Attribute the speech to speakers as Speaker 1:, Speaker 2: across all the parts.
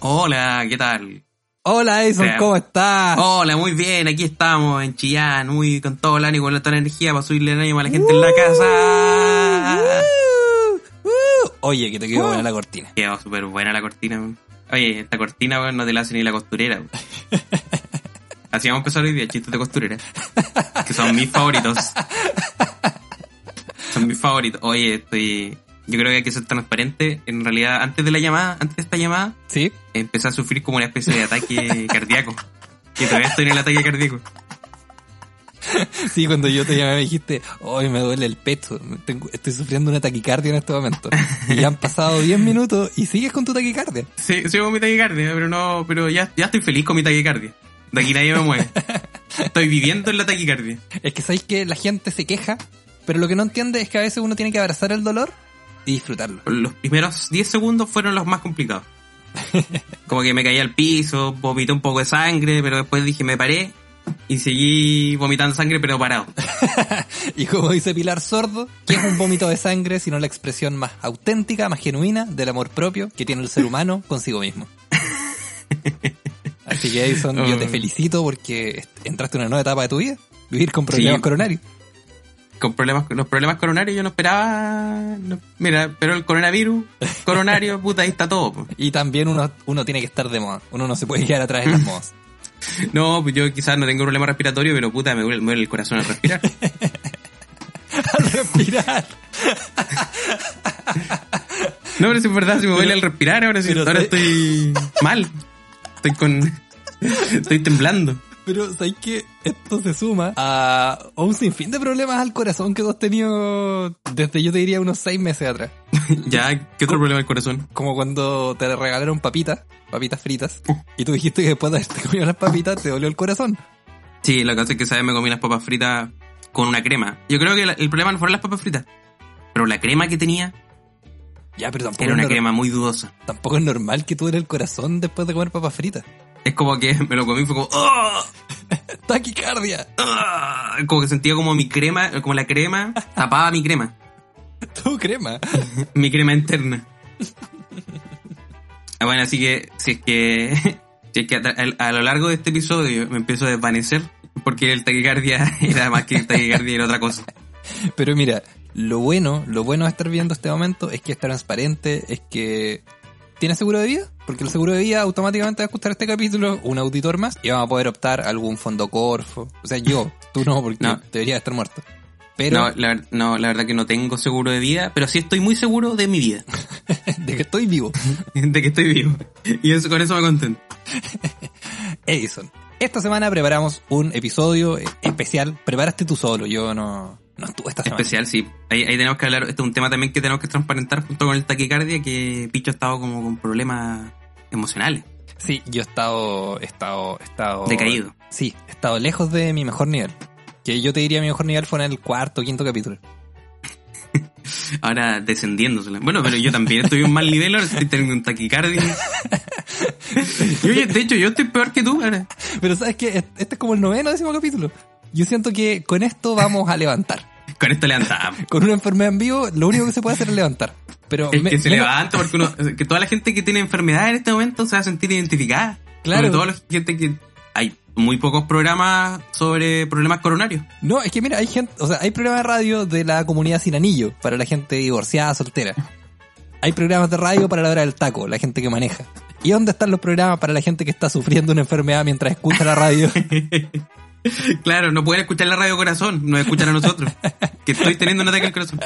Speaker 1: Hola, ¿qué tal?
Speaker 2: Hola Edison,
Speaker 1: Sea-
Speaker 2: ¿cómo estás?
Speaker 1: Hola, muy bien, aquí estamos en Chillán, muy con todo el ánimo, con toda la energía para subirle el ánimo a la gente en la casa.
Speaker 2: Uh, uh. Oye, que te quedó buena la cortina.
Speaker 1: Quedó súper buena la cortina, weón. Oye, esta cortina, weón, no te la hace ni la costurera, weón. Así vamos a empezar hoy día, chistes de costurera. Que son mis favoritos. Son mis favoritos. Oye, estoy... Yo creo que hay que ser transparente. En realidad, antes de la llamada, antes de esta llamada,
Speaker 2: ¿Sí?
Speaker 1: empecé a sufrir como una especie de ataque cardíaco. Que todavía estoy en el ataque cardíaco.
Speaker 2: Sí, cuando yo te llamé me dijiste, hoy me duele el pecho, tengo- estoy sufriendo una taquicardia en este momento. Y ya han pasado 10 minutos y sigues con tu taquicardia.
Speaker 1: Sí, sigo con mi taquicardia, pero no, pero ya, ya estoy feliz con mi taquicardia. De aquí nadie me mueve. Estoy viviendo en la taquicardia.
Speaker 2: Es que sabéis que la gente se queja, pero lo que no entiende es que a veces uno tiene que abrazar el dolor y disfrutarlo.
Speaker 1: Los primeros 10 segundos fueron los más complicados. Como que me caí al piso, vomité un poco de sangre, pero después dije me paré y seguí vomitando sangre, pero parado.
Speaker 2: Y como dice Pilar Sordo, que es un vómito de sangre, sino la expresión más auténtica, más genuina del amor propio que tiene el ser humano consigo mismo. Así que Edison, yo te
Speaker 1: Oh.
Speaker 2: felicito porque est- entraste en una nueva etapa de tu vida, vivir con problemas
Speaker 1: Sí.
Speaker 2: coronarios.
Speaker 1: Con problemas, los problemas coronarios yo no esperaba. no- mira, pero el coronavirus, coronario, puta, ahí está todo. po.
Speaker 2: Y también uno, uno tiene que estar de moda, uno no se puede quedar atrás de las modas.
Speaker 1: No, pues yo quizás no tengo problema respiratorio, pero puta, me duele- me duele el corazón al respirar.
Speaker 2: Al respirar.
Speaker 1: No, pero si es verdad, si me duele al respirar, ahora, sí,
Speaker 2: pero
Speaker 1: ahora
Speaker 2: soy-
Speaker 1: estoy mal. Estoy con. Estoy temblando.
Speaker 2: Pero ¿sabes que Esto se suma a un sinfín de problemas al corazón que tú has tenido desde yo te diría unos seis meses atrás.
Speaker 1: Ya, ¿qué otro problema del corazón?
Speaker 2: Como cuando te regalaron papitas, papitas fritas, y tú dijiste que después de haberte comido las papitas te dolió el corazón.
Speaker 1: Sí, lo que pasa es que esa vez me comí las papas fritas con una crema. Yo creo que la- el problema no fueron las papas fritas, pero la crema que tenía
Speaker 2: Ya, pero tampoco,
Speaker 1: era
Speaker 2: es,
Speaker 1: una
Speaker 2: nor-
Speaker 1: crema muy dudosa.
Speaker 2: tampoco es normal que tú eres el corazón después de comer papas fritas.
Speaker 1: Es como que me lo comí y fue como. ¡Oh!
Speaker 2: Taquicardia.
Speaker 1: ¡Ah! Como que sentía como mi crema, como la crema tapaba mi crema,
Speaker 2: Tu crema.
Speaker 1: mi crema interna. Ah, Bueno, así que si es que, si es que a, tra- a lo largo de este episodio me empiezo a desvanecer porque el taquicardia era más que el taquicardia era otra cosa.
Speaker 2: Pero mira, lo bueno, lo bueno de estar viendo este momento es que es transparente, es que tienes seguro de vida, porque el seguro de vida automáticamente va a escuchar este capítulo, un auditor más, y vamos a poder optar a algún fondo corfo. O sea, yo, tú no, porque
Speaker 1: No.
Speaker 2: deberías estar muerto. Pero
Speaker 1: No la, ver- no, la verdad que no tengo seguro de vida, pero sí estoy muy seguro de mi vida,
Speaker 2: de que estoy vivo.
Speaker 1: de que estoy vivo. Y eso, con eso me contento.
Speaker 2: Edison, esta semana preparamos un episodio eh, especial. Preparaste tú solo, yo no, no estuve esta semana.
Speaker 1: Especial, sí. Ahí, ahí tenemos que hablar, este es un tema también que tenemos que transparentar junto con el taquicardia, que Picho ha estado como con problemas emocionales,
Speaker 2: Sí, yo he estado, he estado, he estado...
Speaker 1: decaído.
Speaker 2: Sí, he estado lejos de mi mejor nivel. Que yo te diría mi mejor nivel fue en el cuarto, quinto capítulo.
Speaker 1: Ahora descendiendo. sola- Bueno, pero yo también estoy en un mal nivel, ahora estoy teniendo un taquicardia. Yo, yo- de hecho, yo estoy peor que tú ahora.
Speaker 2: Pero sabes que este es como el noveno décimo capítulo. Yo siento que con esto vamos a levantar.
Speaker 1: Con esto levantamos.
Speaker 2: Con una enfermedad en vivo, lo único que se puede hacer es levantar. Pero
Speaker 1: Es
Speaker 2: me-
Speaker 1: que se
Speaker 2: menos-
Speaker 1: levanta porque uno, que toda la gente que tiene enfermedad en este momento se va a sentir identificada.
Speaker 2: Claro.
Speaker 1: Sobre todo la gente que hay muy pocos programas sobre problemas coronarios.
Speaker 2: No, es que mira, hay gente, o sea, hay programas de radio de la comunidad sin anillo, para la gente divorciada, soltera. Hay programas de radio para la hora del taco, la gente que maneja. ¿Y dónde están los programas para la gente que está sufriendo una enfermedad mientras escucha la radio?
Speaker 1: Claro, no pueden escuchar la radio corazón, no escuchan a nosotros. Que estoy teniendo un ataque al corazón.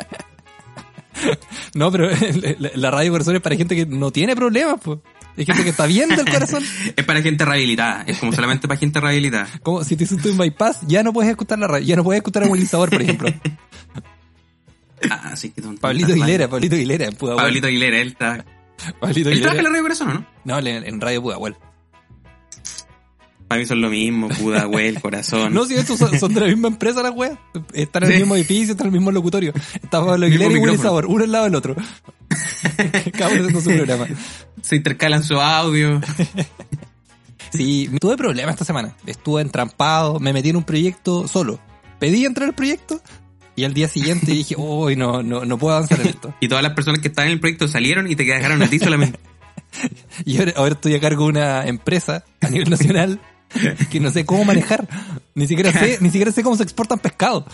Speaker 2: No, pero la- la radio corazón es para gente que no tiene problemas, pues. Es gente que está bien del corazón.
Speaker 1: Es para gente rehabilitada, es como solamente para gente rehabilitada.
Speaker 2: Como si te hiciste un bypass, ya no puedes escuchar la radio, ya no puedes escuchar a Willy Sabor, por ejemplo.
Speaker 1: Ah, así que tonto.
Speaker 2: Pablito
Speaker 1: Está mal.
Speaker 2: Aguilera, Pablito Aguilera, en Pudahuel.
Speaker 1: Pablito Aguilera, él está.
Speaker 2: Pablito
Speaker 1: Él trabaja en
Speaker 2: Aguilera.
Speaker 1: la Radio Corazón, ¿o ¿no?
Speaker 2: No, le- en Radio Pudahuel.
Speaker 1: Para mí son lo mismo, Pudahuel, Corazón.
Speaker 2: No, si estos son, son de la misma empresa las weas. Están en el
Speaker 1: Sí.
Speaker 2: mismo edificio, están en el mismo locutorio. Está Pablo
Speaker 1: Mismo
Speaker 2: Aguilera y Willy
Speaker 1: micrófono.
Speaker 2: Sabor, uno al lado del otro. Cada uno haciendo su programa.
Speaker 1: Se intercalan su audio.
Speaker 2: Sí, tuve problemas esta semana. Estuve entrampado, me metí en un proyecto solo. Pedí entrar al proyecto y al día siguiente dije, uy, no, no, no puedo avanzar en esto.
Speaker 1: Y todas las personas que estaban en el proyecto salieron y te dejaron a ti solamente.
Speaker 2: Y ahora, ahora estoy a cargo de una empresa a nivel nacional que no sé cómo manejar. Ni siquiera sé, ni siquiera sé cómo se exportan pescado.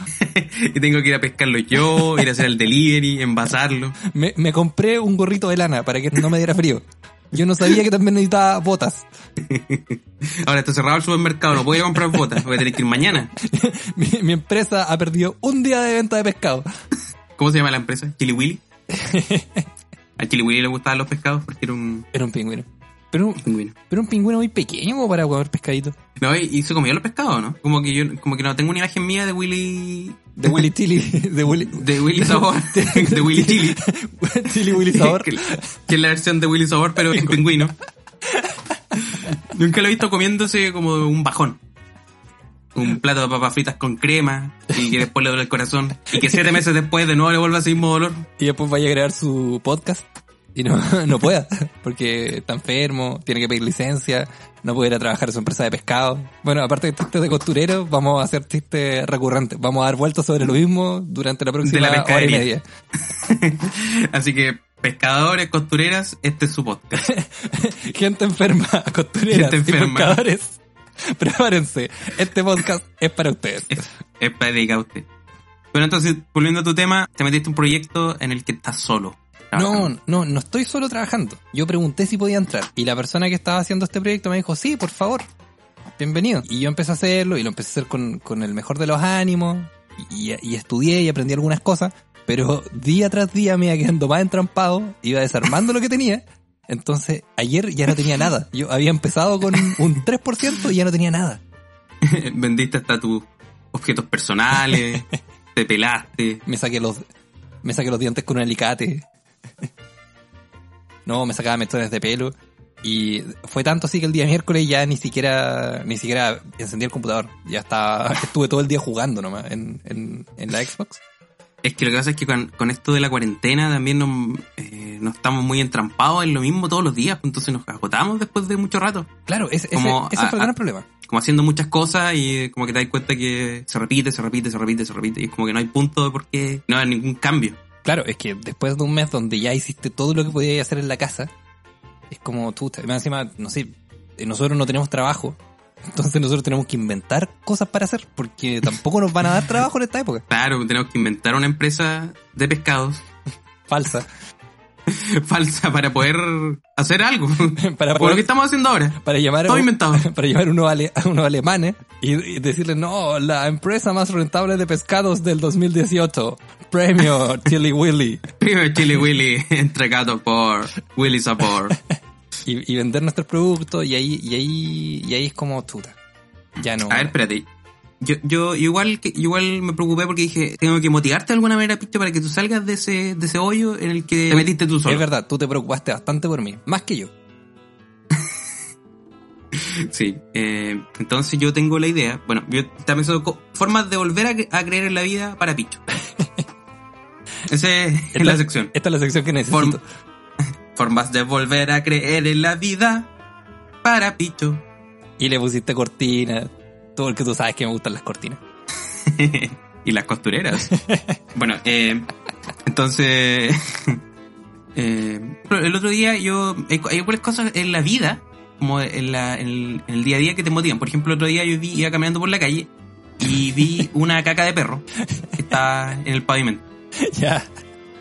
Speaker 1: y tengo que ir a pescarlo yo, ir a hacer el delivery, envasarlo.
Speaker 2: Me, me compré un gorrito de lana para que no me diera frío. Yo no sabía que también necesitaba botas.
Speaker 1: Ahora está cerrado el supermercado, no puedo ir a comprar botas, voy a tener que ir mañana.
Speaker 2: Mi, mi empresa ha perdido un día de venta de pescado.
Speaker 1: ¿Cómo se llama la empresa? ¿Chili Willy? A Chili Willy le gustaban los pescados porque era un
Speaker 2: Era un pingüino. Pero, un-
Speaker 1: pingüino.
Speaker 2: pero un pingüino muy pequeño como para comer pescadito.
Speaker 1: No, y, y se comió los pescados, ¿no? Como que yo, como que no tengo una imagen mía de Willy.
Speaker 2: De Willy Tilly. De Willy,
Speaker 1: De Willy Sabor. De Willy Chili.
Speaker 2: Tilly Willy Sabor.
Speaker 1: Que, que es la versión de Willy Sabor, pero en pingüino. Nunca lo he visto comiéndose como un bajón. Un plato de papas fritas con crema y que después le duele el corazón. Y que siete meses después de nuevo le vuelva ese mismo dolor.
Speaker 2: Y después vaya a crear su podcast. Y no, no pueda. Porque está enfermo, tiene que pedir licencia, no puede ir a trabajar a su empresa de pescado. Bueno, aparte de chistes de costurero, vamos a hacer chistes recurrentes. Vamos a dar vueltas sobre lo mismo durante la próxima
Speaker 1: la
Speaker 2: hora y
Speaker 1: pescadería.
Speaker 2: media.
Speaker 1: Así que, pescadores, costureras, este es su podcast.
Speaker 2: Gente enferma, costureras
Speaker 1: Gente enferma.
Speaker 2: y pescadores, prepárense. Este podcast es para ustedes.
Speaker 1: Es, es para dedicar a usted. Pero entonces, volviendo a tu tema, te metiste en un proyecto en el que estás solo.
Speaker 2: No, no, no estoy solo trabajando. Yo pregunté si podía entrar y la persona que estaba haciendo este proyecto me dijo, sí, por favor, bienvenido. Y yo empecé a hacerlo y lo empecé a hacer con, con el mejor de los ánimos y, y estudié y aprendí algunas cosas, pero día tras día me iba quedando más entrampado, iba desarmando lo que tenía. Entonces, ayer ya no tenía nada. Yo había empezado con un 3% y ya no tenía nada.
Speaker 1: Vendiste hasta tus objetos personales, te pelaste.
Speaker 2: Me saqué los, me saqué los dientes con un alicate. No, me sacaba mechones de pelo. Y fue tanto así que el día miércoles ya ni siquiera, ni siquiera encendí el computador. Ya estaba, estuve todo el día jugando nomás en, en, en la Xbox.
Speaker 1: Es que lo que pasa es que con, con esto de la cuarentena también nos, eh, nos estamos muy entrampados en lo mismo todos los días, pues, entonces nos agotamos después de mucho rato,
Speaker 2: Claro, ese, ese,
Speaker 1: Como
Speaker 2: ese fue el
Speaker 1: a-
Speaker 2: gran
Speaker 1: a-
Speaker 2: problema.
Speaker 1: como haciendo muchas cosas y eh, como que te das cuenta que se repite, se repite, se repite, se repite, y es como que no hay punto de por qué, no hay ningún cambio.
Speaker 2: Claro, es que después de un mes donde ya hiciste todo lo que podías hacer en la casa, es como tú, más encima, no sé, eh, nosotros no tenemos trabajo, entonces nosotros tenemos que inventar cosas para hacer, porque tampoco nos van a dar trabajo en esta época.
Speaker 1: Claro, tenemos que inventar una empresa de pescados
Speaker 2: Falsa.
Speaker 1: falsa para poder hacer algo,
Speaker 2: Para,
Speaker 1: como lo
Speaker 2: poder-
Speaker 1: que estamos haciendo ahora.
Speaker 2: para llamar a,
Speaker 1: Todo
Speaker 2: un-
Speaker 1: inventado.
Speaker 2: para llamar a unos, ale- a unos alemanes y, y decirles, no, la empresa más rentable de pescados del 2018, premio Chili Willy,
Speaker 1: Primero Chile Willy, entregado por Willy Sabor.
Speaker 2: y, y vender nuestros productos, y ahí, y ahí, y ahí es como tuta. Ya no.
Speaker 1: A ver, espérate. Yo, yo igual que, igual me preocupé porque dije, tengo que motivarte de alguna manera, Picho, para que tú salgas de ese, de ese hoyo en el que te metiste tú
Speaker 2: Es
Speaker 1: solo.
Speaker 2: verdad, tú te preocupaste bastante por mí, más que yo.
Speaker 1: Sí. Eh, entonces yo tengo la idea, bueno, yo estaba pensando co- formas de volver a, cre- a creer en la vida para Picho. Esa es
Speaker 2: Esta-
Speaker 1: la sección.
Speaker 2: Esta es la sección que necesito.
Speaker 1: Form- formas de volver a creer en la vida para Picho.
Speaker 2: Y le pusiste cortina, todo el que tú sabes que me gustan las cortinas.
Speaker 1: y las costureras. bueno, eh, entonces. eh, el otro día yo. Hay, hay algunas cosas en la vida, como en, la- en el, en el día a día, que te motivan. Por ejemplo, el otro día yo vi- iba caminando por la calle y vi una caca de perro que estaba en el pavimento.
Speaker 2: ya.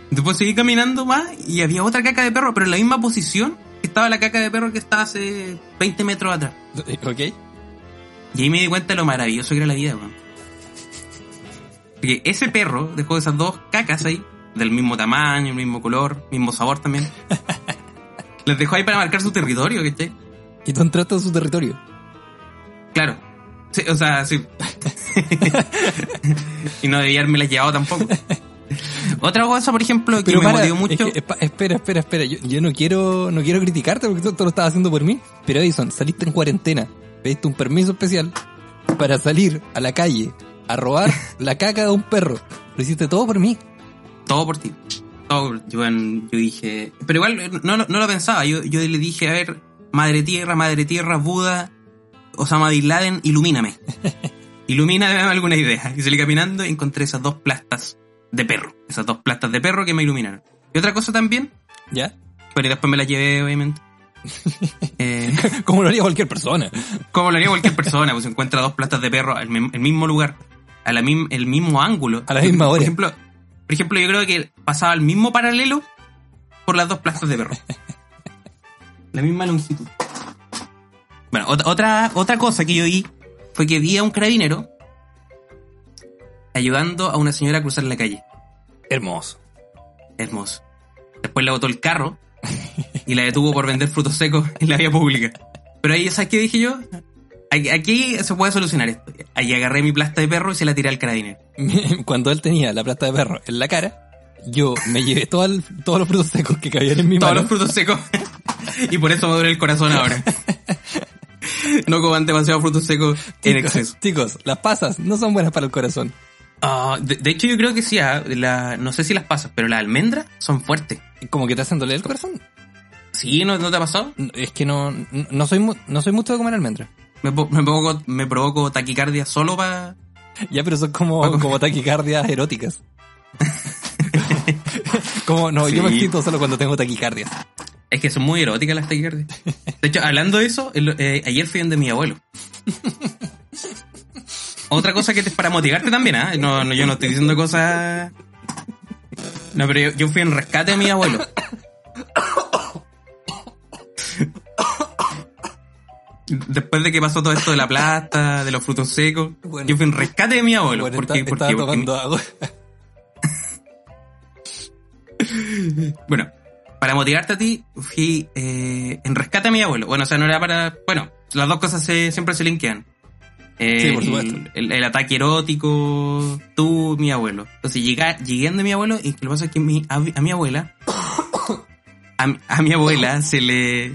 Speaker 1: Después seguí caminando más y había otra caca de perro, pero en la misma posición que estaba la caca de perro que estaba hace 20 metros atrás.
Speaker 2: ¿Ok?
Speaker 1: Y ahí me di cuenta de lo maravilloso que era la vida, weón. Porque ese perro dejó esas dos cacas ahí, del mismo tamaño, el mismo color, mismo sabor también. Las dejó ahí para marcar su territorio, ¿cachai?
Speaker 2: Y tú entraste a su territorio.
Speaker 1: Claro. Sí, o sea, sí. y no debía haberme las llevado tampoco. Otra cosa, por ejemplo, que
Speaker 2: Pero
Speaker 1: me
Speaker 2: para,
Speaker 1: motivó
Speaker 2: es
Speaker 1: mucho.
Speaker 2: que, espa- espera, espera, espera. Yo, yo no quiero no quiero criticarte porque tú, tú lo estabas haciendo por mí. Pero Edison, saliste en cuarentena. Pediste un permiso especial para salir a la calle a robar la caca de un perro. Lo hiciste todo por mí.
Speaker 1: Todo por ti. Todo por ti. Bueno, yo dije. Pero igual eh, no, no, no lo pensaba. Yo, yo le dije, a ver, Madre Tierra, Madre Tierra, Buda, Osama Bin Laden, ilumíname. ilumíname dame alguna idea. Y salí caminando y encontré esas dos plastas de perro. Esas dos plastas de perro que me iluminaron. Y otra cosa también,
Speaker 2: ¿Ya?
Speaker 1: pero después me la llevé, obviamente. Eh,
Speaker 2: Como lo haría cualquier persona.
Speaker 1: como lo haría cualquier persona, pues encuentra dos plastas de perro en el mismo lugar, a la mim- el mismo ángulo.
Speaker 2: A la misma
Speaker 1: Por
Speaker 2: hora.
Speaker 1: ejemplo, por ejemplo, yo creo que pasaba el mismo paralelo por las dos plastas de perro. La misma longitud. Bueno, ot- otra, otra cosa que yo vi fue que vi a un carabinero ayudando a una señora a cruzar la calle.
Speaker 2: Hermoso.
Speaker 1: Hermoso. Después le botó el carro y la detuvo por vender frutos secos en la vía pública. Pero ahí, ¿sabes qué dije yo? Aquí, aquí se puede solucionar esto. Ahí agarré mi plasta de perro y se la tiré al carabinero.
Speaker 2: Cuando él tenía la plata de perro en la cara, yo me llevé todo el- todos los frutos secos que cabían en mi
Speaker 1: Todos
Speaker 2: mano.
Speaker 1: los frutos secos. y por eso me duele el corazón ahora. No coman demasiados frutos secos en
Speaker 2: Chicos,
Speaker 1: exceso.
Speaker 2: Chicos, las pasas no son buenas para el corazón.
Speaker 1: Ah, de, de hecho, yo creo que sí. ah, la- no sé si las pasas, pero las almendras son fuertes.
Speaker 2: Como que te hacen doler el corazón.
Speaker 1: ¿Sí? ¿No, no te ha pasado?
Speaker 2: No, Es que no, no no soy, mu- no soy mucho de comer almendras.
Speaker 1: Me, po- me provoco, me provoco taquicardia solo para...
Speaker 2: Ya, pero son como,
Speaker 1: Paco.
Speaker 2: como taquicardias eróticas. como, no, yo me
Speaker 1: Sí.
Speaker 2: excito solo cuando tengo taquicardias.
Speaker 1: Es que son muy eróticas las taquicardias. De hecho, hablando de eso, el- eh, ayer fui donde mi abuelo. Otra cosa que te para motivarte también, ¿ah? No, no, yo no estoy diciendo cosas. No, pero yo, yo fui en rescate de mi abuelo. Después de que pasó todo esto de la plata, de los frutos secos,
Speaker 2: Bueno.
Speaker 1: yo fui en rescate de mi abuelo.
Speaker 2: Bueno,
Speaker 1: porque,
Speaker 2: está-
Speaker 1: porque-
Speaker 2: estaba
Speaker 1: porque mi-
Speaker 2: tomando agua.
Speaker 1: Bueno, para motivarte a ti, fui eh, en rescate a mi abuelo. Bueno, o sea, no era para. Bueno, las dos cosas se- siempre se linkean. Eh,
Speaker 2: Sí, por
Speaker 1: el-
Speaker 2: supuesto.
Speaker 1: El, el ataque erótico, tú, mi abuelo. Entonces llegué, llegué donde mi abuelo y lo que pasa es que mi- a, mi- a mi abuela. A, mi- a mi abuela se le.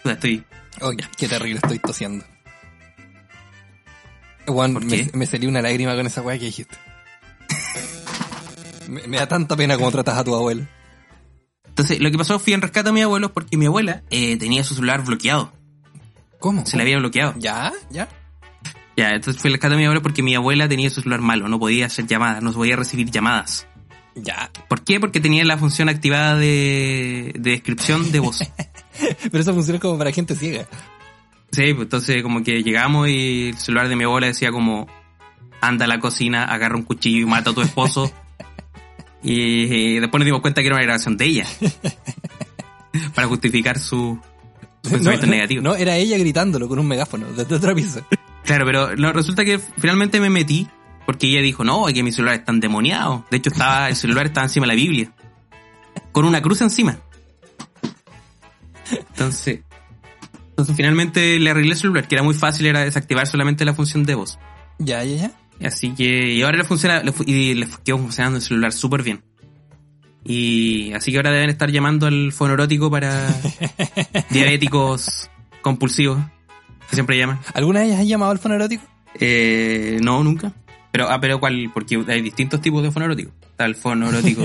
Speaker 1: Puta, Estoy.
Speaker 2: Oh, qué terrible, estoy tosiendo. Juan,
Speaker 1: ¿Por
Speaker 2: me,
Speaker 1: qué?
Speaker 2: me salió una lágrima con esa weá que dijiste. me, me da tanta pena como tratas a tu abuelo.
Speaker 1: Entonces, lo que pasó fui en rescate a mi abuelo porque mi abuela eh, tenía su celular bloqueado.
Speaker 2: ¿Cómo?
Speaker 1: Se le había bloqueado.
Speaker 2: ¿Ya? ¿Ya?
Speaker 1: Ya, entonces fui al rescate a mi abuelo porque mi abuela tenía su celular malo. No podía hacer llamadas, no podía recibir llamadas.
Speaker 2: ¿Ya?
Speaker 1: ¿Por qué? Porque tenía la función activada de, de descripción de voz.
Speaker 2: Pero eso funciona como para gente ciega.
Speaker 1: sí, pues entonces como que llegamos y el celular de mi abuela decía como, anda a la cocina, agarra un cuchillo y mata a tu esposo. y, después nos dimos cuenta que era una grabación de ella. para justificar su, su pensamiento negativo.
Speaker 2: no, era ella gritándolo con un megáfono desde otra pieza.
Speaker 1: Claro, pero no, resulta que finalmente me metí porque ella dijo, no, es que mi celular está endemoniado. De hecho, estaba, el celular estaba encima de la Biblia. Con una cruz encima. Entonces, entonces finalmente le arreglé el celular, que era muy fácil, era desactivar solamente la función de voz.
Speaker 2: ¿Ya, ya, ya?
Speaker 1: Así que, y ahora le funciona, le fu- y le fu- quedó funcionando el celular súper bien. Y así que ahora deben estar llamando al fonorótico para diabéticos compulsivos, que siempre llaman.
Speaker 2: ¿Alguna de ellas has llamado al fonerótico?
Speaker 1: Eh, no, nunca. Pero, ah, pero cuál, porque hay distintos tipos de fonorótico. Está el fonorótico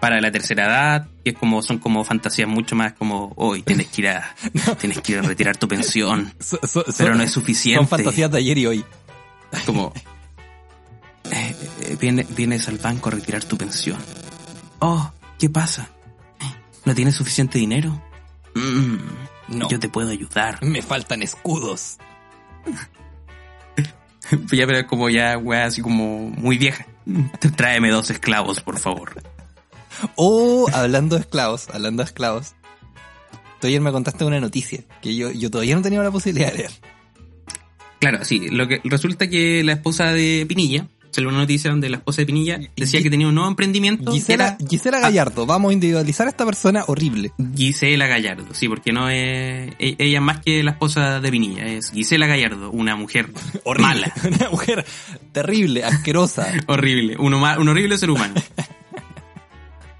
Speaker 1: para la tercera edad, que es como, son como fantasías mucho más como, hoy tienes que ir a, tienes que ir a retirar tu pensión,
Speaker 2: So- so- so-
Speaker 1: pero no es suficiente.
Speaker 2: Son fantasías de ayer y hoy.
Speaker 1: Como, eh, eh, viene- vienes al banco a retirar tu pensión. Oh, ¿qué pasa? ¿No tienes suficiente dinero? Mm,
Speaker 2: No.
Speaker 1: Yo te puedo ayudar.
Speaker 2: Me faltan escudos.
Speaker 1: Pues ya, pero como ya, weá, así como muy vieja. Tráeme dos esclavos, por favor.
Speaker 2: Oh, hablando de esclavos, hablando de esclavos. Tú ayer me contaste una noticia que yo, yo todavía no tenía la posibilidad de leer.
Speaker 1: Claro, sí. Lo que resulta que la esposa de Pinilla, salió una noticia donde la esposa de Pinilla decía que tenía un nuevo emprendimiento. que
Speaker 2: Gisela,
Speaker 1: era
Speaker 2: Gisela Gallardo, vamos a individualizar a esta persona horrible.
Speaker 1: Gisela Gallardo, sí, porque no es e- ella es más que la esposa de Pinilla, es Gisela Gallardo, una mujer mala,
Speaker 2: Una mujer terrible, asquerosa.
Speaker 1: horrible, un, huma- un horrible ser humano.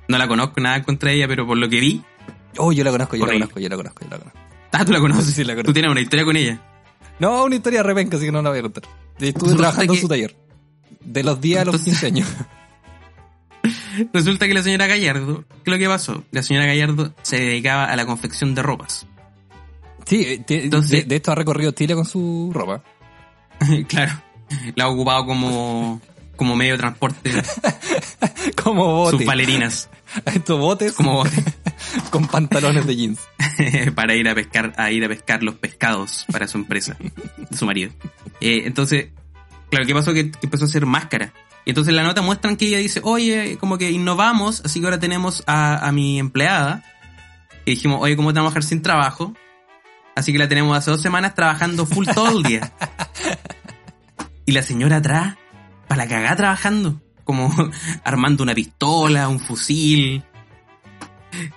Speaker 1: No la conozco nada contra ella, pero por lo que vi,
Speaker 2: Oh, yo la conozco, yo
Speaker 1: Horrible.
Speaker 2: la conozco, yo la conozco, yo la conozco.
Speaker 1: ah, tú la conoces.
Speaker 2: Sí, la conozco.
Speaker 1: Tú tienes una historia con ella.
Speaker 2: No, una historia repenca, así que no la voy a contar. Estuve
Speaker 1: Resulta
Speaker 2: trabajando en
Speaker 1: que-
Speaker 2: su taller. De los 10 a los
Speaker 1: Entonces-
Speaker 2: 15 años.
Speaker 1: Resulta que la señora Gallardo, ¿qué es lo que pasó? La señora Gallardo se dedicaba a la confección de ropas.
Speaker 2: Sí, eh, te-
Speaker 1: Entonces-
Speaker 2: de, de esto ha recorrido Chile con su ropa.
Speaker 1: claro, la ha ocupado como, como medio de transporte,
Speaker 2: Como
Speaker 1: sus
Speaker 2: botes.
Speaker 1: bailarinas,
Speaker 2: Estos botes
Speaker 1: como bote,
Speaker 2: con pantalones de jeans.
Speaker 1: para ir a pescar, a ir a pescar los pescados para su empresa, de su marido. Eh, entonces, claro, ¿qué pasó? Que, que empezó a hacer máscara. Y entonces en la nota muestran que ella dice, oye, como que innovamos, así que ahora tenemos a, a mi empleada. Y dijimos, oye, ¿cómo te vamos a dejar sin trabajo? Así que la tenemos hace dos semanas trabajando full todo el día. Y la señora atrás, para la cagada trabajando. Como armando una pistola, un fusil,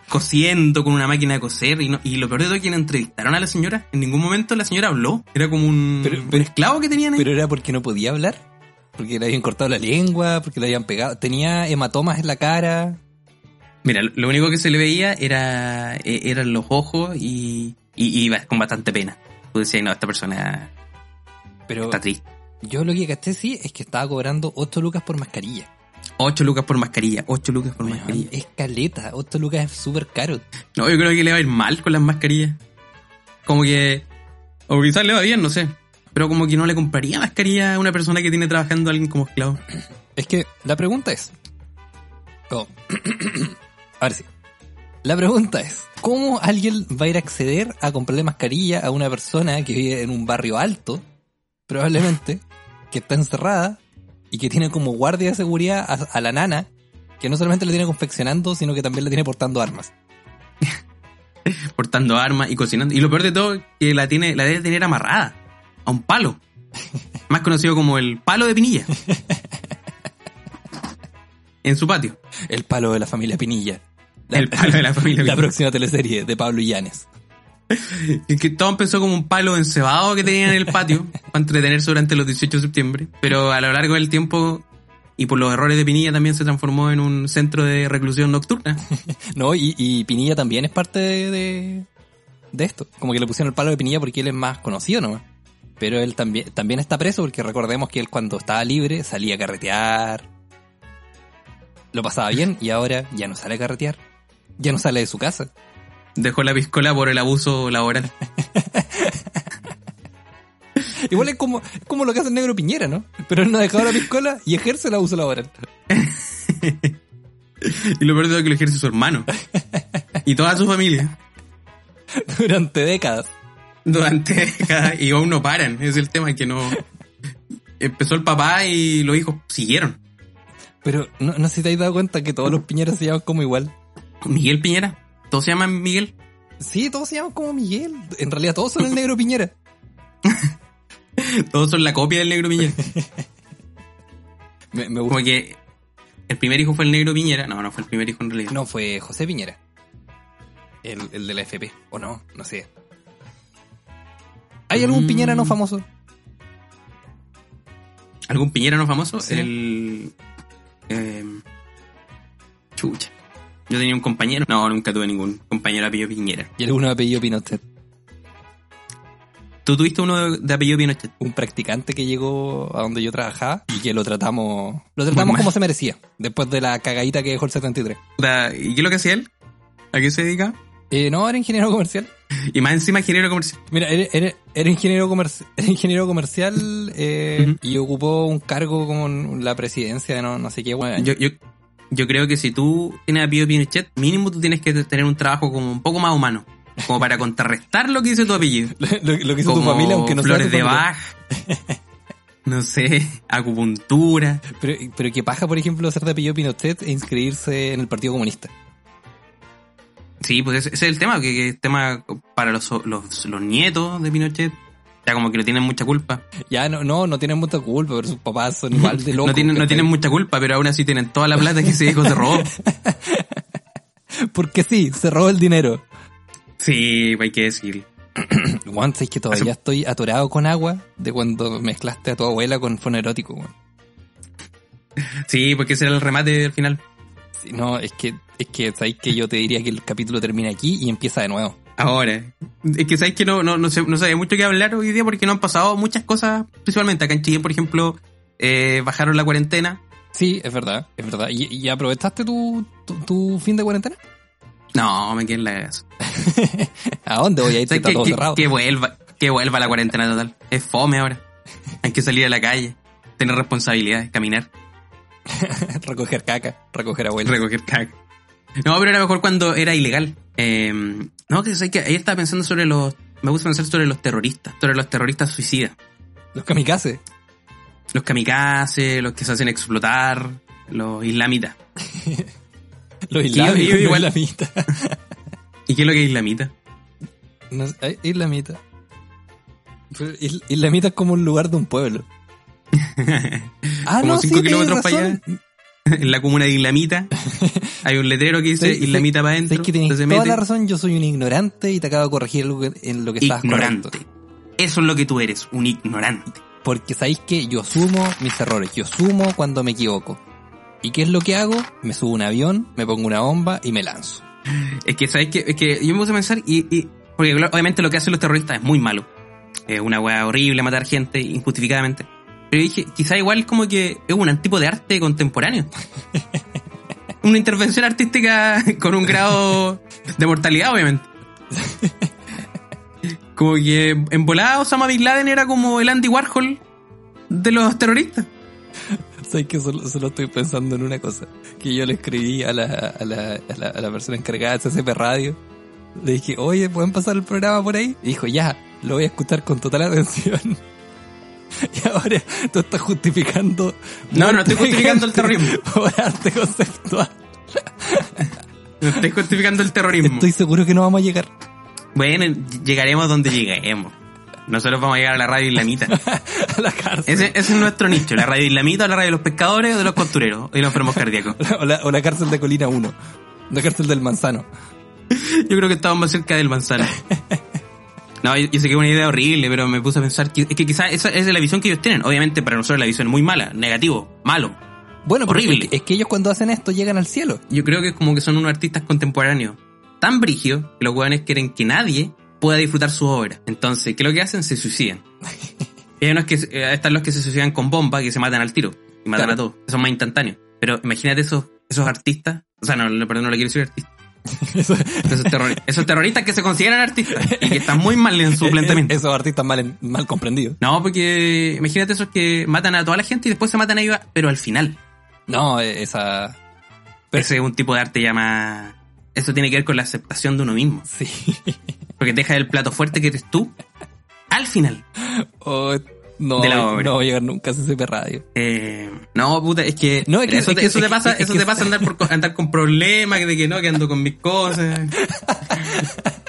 Speaker 1: cosiendo con una máquina de coser. Y, no- y lo peor de todo es que la entrevistaron a la señora. En ningún momento la señora habló. Era como un,
Speaker 2: Pero-
Speaker 1: un esclavo que tenían ahí.
Speaker 2: Pero era porque no podía hablar. Porque le habían cortado la lengua, porque le habían pegado. Tenía hematomas en la cara.
Speaker 1: Mira, lo- lo único que se le veía era e- eran los ojos y, y, y ba- con bastante pena. Tú decías, no, esta persona
Speaker 2: Pero
Speaker 1: está triste.
Speaker 2: yo lo que gasté sí es que estaba cobrando 8 lucas por mascarilla.
Speaker 1: 8 lucas por mascarilla, 8 lucas por
Speaker 2: Weón,
Speaker 1: mascarilla.
Speaker 2: es caleta. 8 lucas es súper caro.
Speaker 1: No, yo creo que le va a ir mal con las mascarillas. Como que... O quizás le va bien, no sé. Pero como que no le compraría mascarilla a una persona que tiene trabajando a alguien como esclavo.
Speaker 2: Es que la pregunta es. Oh. Ahora sí. La pregunta es: ¿cómo alguien va a ir a acceder a comprarle mascarilla a una persona que vive en un barrio alto, probablemente, que está encerrada y que tiene como guardia de seguridad a, a la nana, que no solamente la tiene confeccionando, sino que también la tiene portando armas?
Speaker 1: Portando armas y cocinando. Y lo peor de todo, que la tiene la debe tener amarrada a un palo. Más conocido como el palo de pinilla. En su patio.
Speaker 2: El palo de la familia Pinilla. La,
Speaker 1: el palo de la familia.
Speaker 2: la próxima teleserie de Pablo Illanes.
Speaker 1: Y que todo empezó como un palo encebado que tenían en el patio para entretenerse durante los 18 de septiembre. Pero a lo largo del tiempo y por los errores de Pinilla también se transformó en un centro de reclusión nocturna.
Speaker 2: No, y, y Pinilla también es parte de, de, de esto. Como que le pusieron el palo de Pinilla porque él es más conocido nomás. Pero él también, también está preso porque recordemos que él cuando estaba libre salía a carretear. Lo pasaba bien y ahora ya no sale a carretear. Ya no sale de su casa.
Speaker 1: Dejó la piscola por el abuso laboral.
Speaker 2: Igual es como, es como lo que hace el negro Piñera, ¿no? Pero él no ha dejado la piscola y ejerce el abuso laboral.
Speaker 1: Y lo peor de todo es que lo ejerce su hermano. Y toda su familia.
Speaker 2: Durante décadas.
Speaker 1: Durante décadas. Y aún no paran. Es el tema que no... Empezó el papá y los hijos siguieron.
Speaker 2: Pero no, no sé si te has dado cuenta que todos los Piñeras se llaman como igual.
Speaker 1: Miguel Piñera. Todos se llaman Miguel.
Speaker 2: Sí, todos se llaman como Miguel. En realidad todos son el negro Piñera.
Speaker 1: Todos son la copia del negro Piñera.
Speaker 2: Me, me gusta.
Speaker 1: Como que el primer hijo fue el negro Piñera. No, no fue el primer hijo en realidad.
Speaker 2: Ah, No, fue José Piñera. El, el de la FP. O no, no sé. ¿Hay algún
Speaker 1: Mm.
Speaker 2: Piñera no famoso?
Speaker 1: ¿Algún Piñera no famoso?
Speaker 2: Sí.
Speaker 1: El. em, chucha. Yo tenía un compañero. No, nunca tuve ningún compañero de apellido Piñera.
Speaker 2: Y alguno de apellido Pinochet.
Speaker 1: ¿Tú tuviste uno de, de apellido Pinochet?
Speaker 2: Un practicante que llegó a donde yo trabajaba y que lo tratamos. Lo tratamos
Speaker 1: mal.
Speaker 2: como se merecía. Después de la cagadita que dejó el 73.
Speaker 1: Da- ¿Y qué es lo que hacía él? ¿A qué se dedica?
Speaker 2: Eh, no, era ingeniero comercial.
Speaker 1: Y más encima ingeniero comercial.
Speaker 2: Mira, era, era- era ingeniero, comerci- era ingeniero comercial eh,
Speaker 1: Ujú.
Speaker 2: y ocupó un cargo como en la presidencia de no, no sé qué. hueá.
Speaker 1: Yo, yo, yo creo que si tú tienes apellido Pinochet, mínimo tú tienes que tener un trabajo como un poco más humano. Como para contrarrestar lo que dice tu apellido.
Speaker 2: lo, lo que hizo
Speaker 1: Como
Speaker 2: tu familia, aunque no sea
Speaker 1: flores
Speaker 2: tu familia.
Speaker 1: de Bach. No sé, acupuntura.
Speaker 2: Pero, pero que paja, por ejemplo, ser de apellido Pinochet e inscribirse en el Partido Comunista.
Speaker 1: Sí, pues ese, ese es el tema, que, que es tema para los, los, los nietos de Pinochet. Ya como que no tienen mucha culpa.
Speaker 2: Ya no, no, no tienen mucha culpa, pero sus papás son igual de locos.
Speaker 1: no tienen, no
Speaker 2: ¿cachai?
Speaker 1: tienen mucha culpa, pero aún así tienen toda la plata que ese hijo se robó.
Speaker 2: Porque sí, se robó el dinero.
Speaker 1: Sí, pues hay que decir.
Speaker 2: Juan, es que todavía estoy atorado con agua de cuando mezclaste a tu abuela con fonerótico, weón.
Speaker 1: Sí, porque ese era el remate al final.
Speaker 2: Sí, No, es que, es que, ¿sabes que Yo te diría que el capítulo termina aquí y empieza de nuevo.
Speaker 1: Ahora, es que sabéis que no, no, no, sé, no sé, hay mucho que hablar hoy día porque no han pasado muchas cosas, principalmente acá en Chile, por ejemplo, eh, bajaron la cuarentena.
Speaker 2: Sí, es verdad, es verdad. ¿Y, y aprovechaste tu, tu, tu fin de cuarentena?
Speaker 1: No, me quedé en la casa.
Speaker 2: ¿A dónde voy a ir? si
Speaker 1: ¿Sabes
Speaker 2: Está
Speaker 1: qué?
Speaker 2: todo
Speaker 1: Que-
Speaker 2: cerrado.
Speaker 1: que vuelva, que vuelva la cuarentena total. Es fome ahora. Hay que salir a la calle, tener responsabilidades, caminar,
Speaker 2: recoger caca, recoger abuela.
Speaker 1: recoger caca. No, pero era mejor cuando era ilegal. Eh, no, que sé que ayer estaba pensando sobre los, me gusta pensar sobre los terroristas, sobre los terroristas suicidas.
Speaker 2: Los kamikazes.
Speaker 1: Los kamikazes, los que se hacen explotar, los islamitas.
Speaker 2: Los
Speaker 1: yo-
Speaker 2: islámicos.
Speaker 1: yo
Speaker 2: los
Speaker 1: igual-
Speaker 2: islamitas.
Speaker 1: ¿Y qué es lo que es islamita?
Speaker 2: No sé, ay, islamita. Pero is- Islamita es como un lugar de un pueblo. Ah,
Speaker 1: Como
Speaker 2: no,
Speaker 1: cinco
Speaker 2: sí,
Speaker 1: kilómetros
Speaker 2: tenés
Speaker 1: para
Speaker 2: razón.
Speaker 1: en la comuna de Islamita. Hay un letrero que dice
Speaker 2: Sabes-
Speaker 1: Islamita para
Speaker 2: sabes
Speaker 1: adentro.
Speaker 2: que tenés
Speaker 1: Entonces se
Speaker 2: toda
Speaker 1: mete.
Speaker 2: la razón, yo soy un ignorante y te acabo de corregir algo que- en lo que estabas
Speaker 1: ignorante.
Speaker 2: correcto.
Speaker 1: Eso es lo que tú eres, un ignorante.
Speaker 2: Porque sabéis que yo asumo mis errores, yo asumo cuando me equivoco. ¿Y qué es lo que hago? Me subo a un avión, me pongo una bomba y me lanzo.
Speaker 1: Es que, ¿sabes qué? Es que yo me puse a pensar y, y- Porque claro, obviamente lo que hacen los terroristas es muy malo. Es una weá horrible matar gente injustificadamente. Pero dije, quizá igual como que es un tipo de arte contemporáneo. Una intervención artística con un grado de mortalidad, obviamente. Como que en volada Osama Bin Laden era como el Andy Warhol de los terroristas.
Speaker 2: Sabéis que solo, solo estoy pensando en una cosa. Que yo le escribí a la, a la, a la, a la persona encargada de CCP Radio. Le dije, oye, ¿pueden pasar el programa por ahí? Y dijo, ya, lo voy a escuchar con total atención. Y ahora tú estás justificando...
Speaker 1: No, no estoy
Speaker 2: muerte de
Speaker 1: justificando el
Speaker 2: gente
Speaker 1: terrorismo.
Speaker 2: Por arte conceptual.
Speaker 1: Estoy justificando el terrorismo.
Speaker 2: Estoy seguro que no vamos a llegar.
Speaker 1: Bueno, llegaremos donde lleguemos. Nosotros vamos a llegar a la radio islamita.
Speaker 2: a la cárcel.
Speaker 1: Ese, ese es nuestro nicho, la radio islamita o la radio de los pescadores o de los costureros y los enfermos cardíacos.
Speaker 2: O la, o la cárcel de Colina 1. La cárcel del Manzano.
Speaker 1: Yo creo que estamos más cerca del manzano. No, yo, yo sé que es una idea horrible, pero me puse a pensar que, es que quizás esa es la visión que ellos tienen. Obviamente para nosotros la visión es muy mala, negativo, malo.
Speaker 2: Bueno, porque
Speaker 1: Horrible.
Speaker 2: es que- es que ellos cuando hacen esto llegan al cielo.
Speaker 1: Yo creo que es como que son unos artistas contemporáneos tan brígidos que los hueones quieren que nadie pueda disfrutar sus obras. Entonces, ¿qué es lo que hacen? Se suicidan. Y hay unos que, eh, están los que se suicidan con bomba que se matan al tiro y matan
Speaker 2: Claro.
Speaker 1: a todos. Son más instantáneos. Pero imagínate esos, esos artistas. O sea, no, no, perdón, no le quiero decir artista.
Speaker 2: Eso-
Speaker 1: Esos, terrori- esos terroristas que se consideran artistas y que están muy mal en su planteamiento.
Speaker 2: Esos artistas mal, en- mal comprendidos.
Speaker 1: No, porque imagínate esos que matan a toda la gente y después se matan a ellos, pero al final.
Speaker 2: No, eh, esa. Pero-
Speaker 1: Ese es un tipo de arte ya más... Eso tiene que ver con la aceptación de uno mismo.
Speaker 2: Sí.
Speaker 1: Porque te deja el plato fuerte que eres tú al final.
Speaker 2: O- Oh, no,
Speaker 1: De la obra.
Speaker 2: no va a llegar nunca a CCP Radio.
Speaker 1: Eh, no, puta, es que,
Speaker 2: No, es que-
Speaker 1: eso,
Speaker 2: es
Speaker 1: te,
Speaker 2: que-
Speaker 1: eso te
Speaker 2: es que-
Speaker 1: pasa,
Speaker 2: es que-
Speaker 1: eso te pasa andar, por, co- andar con problemas, de que no, que ando con mis cosas,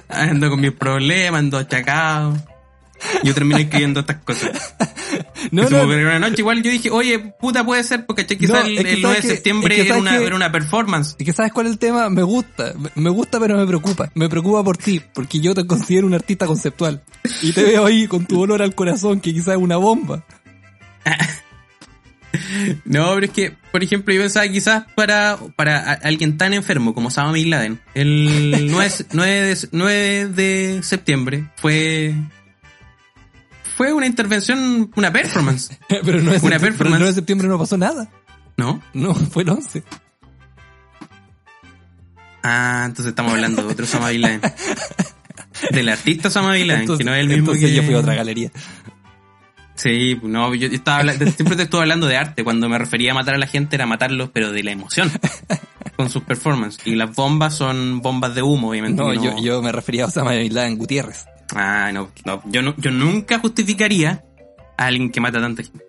Speaker 1: ando con mis problemas, ando achacado. Yo terminé escribiendo estas cosas.
Speaker 2: No,
Speaker 1: Y
Speaker 2: no,
Speaker 1: supongo que era una noche igual yo dije, oye, puta puede ser, porque che,
Speaker 2: No,
Speaker 1: quizá
Speaker 2: es
Speaker 1: el,
Speaker 2: que
Speaker 1: el 9 de
Speaker 2: sabes que-
Speaker 1: septiembre
Speaker 2: es que
Speaker 1: era,
Speaker 2: sabes
Speaker 1: una,
Speaker 2: que-
Speaker 1: era una performance.
Speaker 2: Es que sabes cuál es el tema, me gusta, me- me gusta pero me preocupa, me preocupa por ti, porque yo te considero un artista conceptual y te veo ahí con tu olor al corazón que quizás es una bomba.
Speaker 1: No, pero es que, por ejemplo, yo pensaba quizás para, para a- alguien tan enfermo como Osama Bin Laden, el 9, de, 9 de septiembre fue, fue una intervención, una performance,
Speaker 2: Pero no es
Speaker 1: Una
Speaker 2: septiembre, pero el
Speaker 1: performance.
Speaker 2: 9 de septiembre no pasó nada,
Speaker 1: ¿no?
Speaker 2: no, fue el 11.
Speaker 1: Ah, entonces estamos hablando de otro Osama Bin Laden. Del artista Osama Bin Laden,
Speaker 2: Entonces,
Speaker 1: que no es el mismo
Speaker 2: entonces
Speaker 1: que...
Speaker 2: yo fui a otra galería.
Speaker 1: Sí, no, yo estaba habla- siempre te estuve hablando de arte. Cuando me refería a matar a la gente era matarlos, pero de la emoción, con sus performances. Y las bombas son bombas de humo, obviamente.
Speaker 2: No,
Speaker 1: que
Speaker 2: Yo, yo me refería a Osama Bin Laden Gutiérrez.
Speaker 1: Ah, no, no, yo no, yo nunca justificaría a alguien que mata a tanta gente.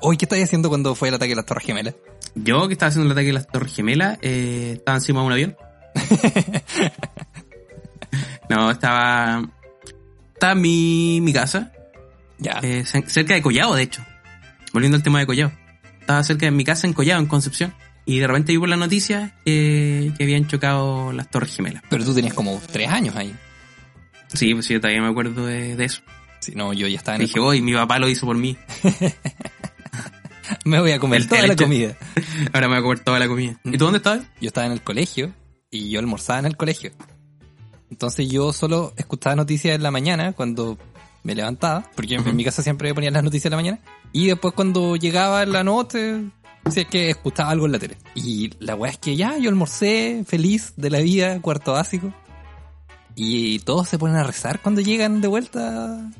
Speaker 2: Oye, ¿qué estáis haciendo cuando fue el ataque a las Torres Gemelas?
Speaker 1: Yo que estaba haciendo el ataque de las Torres Gemelas, eh, estaba encima de un avión. no, estaba. Estaba en mi, mi casa,
Speaker 2: Ya.
Speaker 1: eh, cer- cerca de Collado, de hecho. Volviendo al tema de Collado. Estaba cerca de mi casa en Collado, en Concepción. Y de repente vi por las noticias que, que habían chocado las Torres Gemelas.
Speaker 2: Pero tú tenías como tres años ahí.
Speaker 1: Sí, pues sí, yo todavía me acuerdo de, de eso.
Speaker 2: Sí, no, yo ya estaba en el
Speaker 1: Dije, hoy mi papá lo hizo por mí.
Speaker 2: me voy a comer
Speaker 1: El-
Speaker 2: toda
Speaker 1: el
Speaker 2: la
Speaker 1: hecho-
Speaker 2: comida.
Speaker 1: Ahora me voy a comer toda la comida. ¿Y tú dónde estabas?
Speaker 2: Yo estaba en el colegio y yo almorzaba en el colegio. Entonces yo solo escuchaba noticias en la mañana cuando me levantaba, porque en- en mi casa siempre ponían las noticias en la mañana. Y después cuando llegaba en la noche, si es que escuchaba algo en la tele. Y la weá es que ya, yo almorcé feliz de la vida, cuarto básico. Y todos se ponen a rezar cuando llegan de vuelta.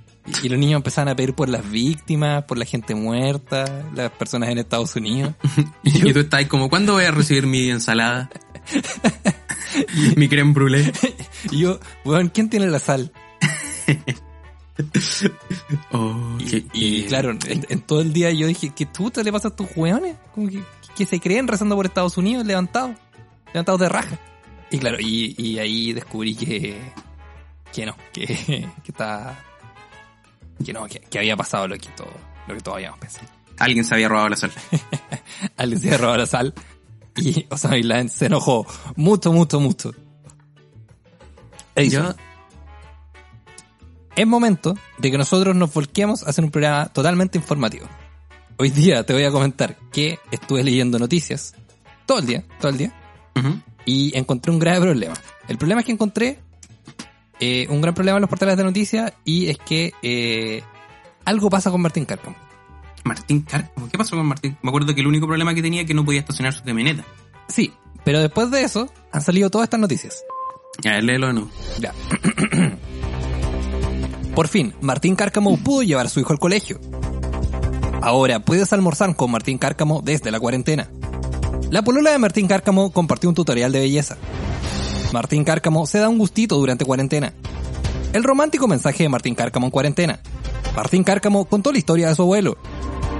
Speaker 2: Y- Y los niños empezaban a pedir por las víctimas, por la gente muerta, las personas en Estados Unidos.
Speaker 1: Y tú estabas como, ¿cuándo voy a recibir mi ensalada? mi creme brûlée.
Speaker 2: Y yo, weón, ¿quién tiene la sal?
Speaker 1: Oh,
Speaker 2: Y,
Speaker 1: qué-
Speaker 2: y
Speaker 1: qué-
Speaker 2: claro, en, en todo el día yo dije, ¿qué puta le pasa a estos hueones? Como que, que se creen rezando por Estados Unidos, levantados, levantados de raja. Y claro, y, y ahí descubrí que, que no, que, que estaba- que no, que, que había pasado lo que todo, lo que todos habíamos pensado.
Speaker 1: Alguien se había robado la sal.
Speaker 2: Alguien se había robado la sal y Osama Bin Laden se enojó mucho, mucho, mucho. Edison,
Speaker 1: Yo,
Speaker 2: Es momento de que nosotros nos volquemos a hacer un programa totalmente informativo. Hoy día te voy a comentar que estuve leyendo noticias todo el día, todo el día,
Speaker 1: Ujú.
Speaker 2: y encontré un grave problema. El problema es que encontré eh, un gran problema en los portales de noticias y es que eh, algo pasa con Martín Cárcamo.
Speaker 1: Martín Cárcamo. ¿Qué pasó con Martín? Me acuerdo que el único problema que tenía es que no podía estacionar su camioneta.
Speaker 2: Sí, pero después de eso han salido todas estas noticias.
Speaker 1: Ya, léelo de nuevo.
Speaker 2: Ya. Por fin, Martín Cárcamo pudo llevar a su hijo al colegio. Ahora puedes almorzar con Martín Cárcamo desde la cuarentena. La polola de Martín Cárcamo compartió un tutorial de belleza. Martín Cárcamo se da un gustito durante cuarentena. El romántico mensaje de Martín Cárcamo en cuarentena. Martín Cárcamo contó la historia de su abuelo.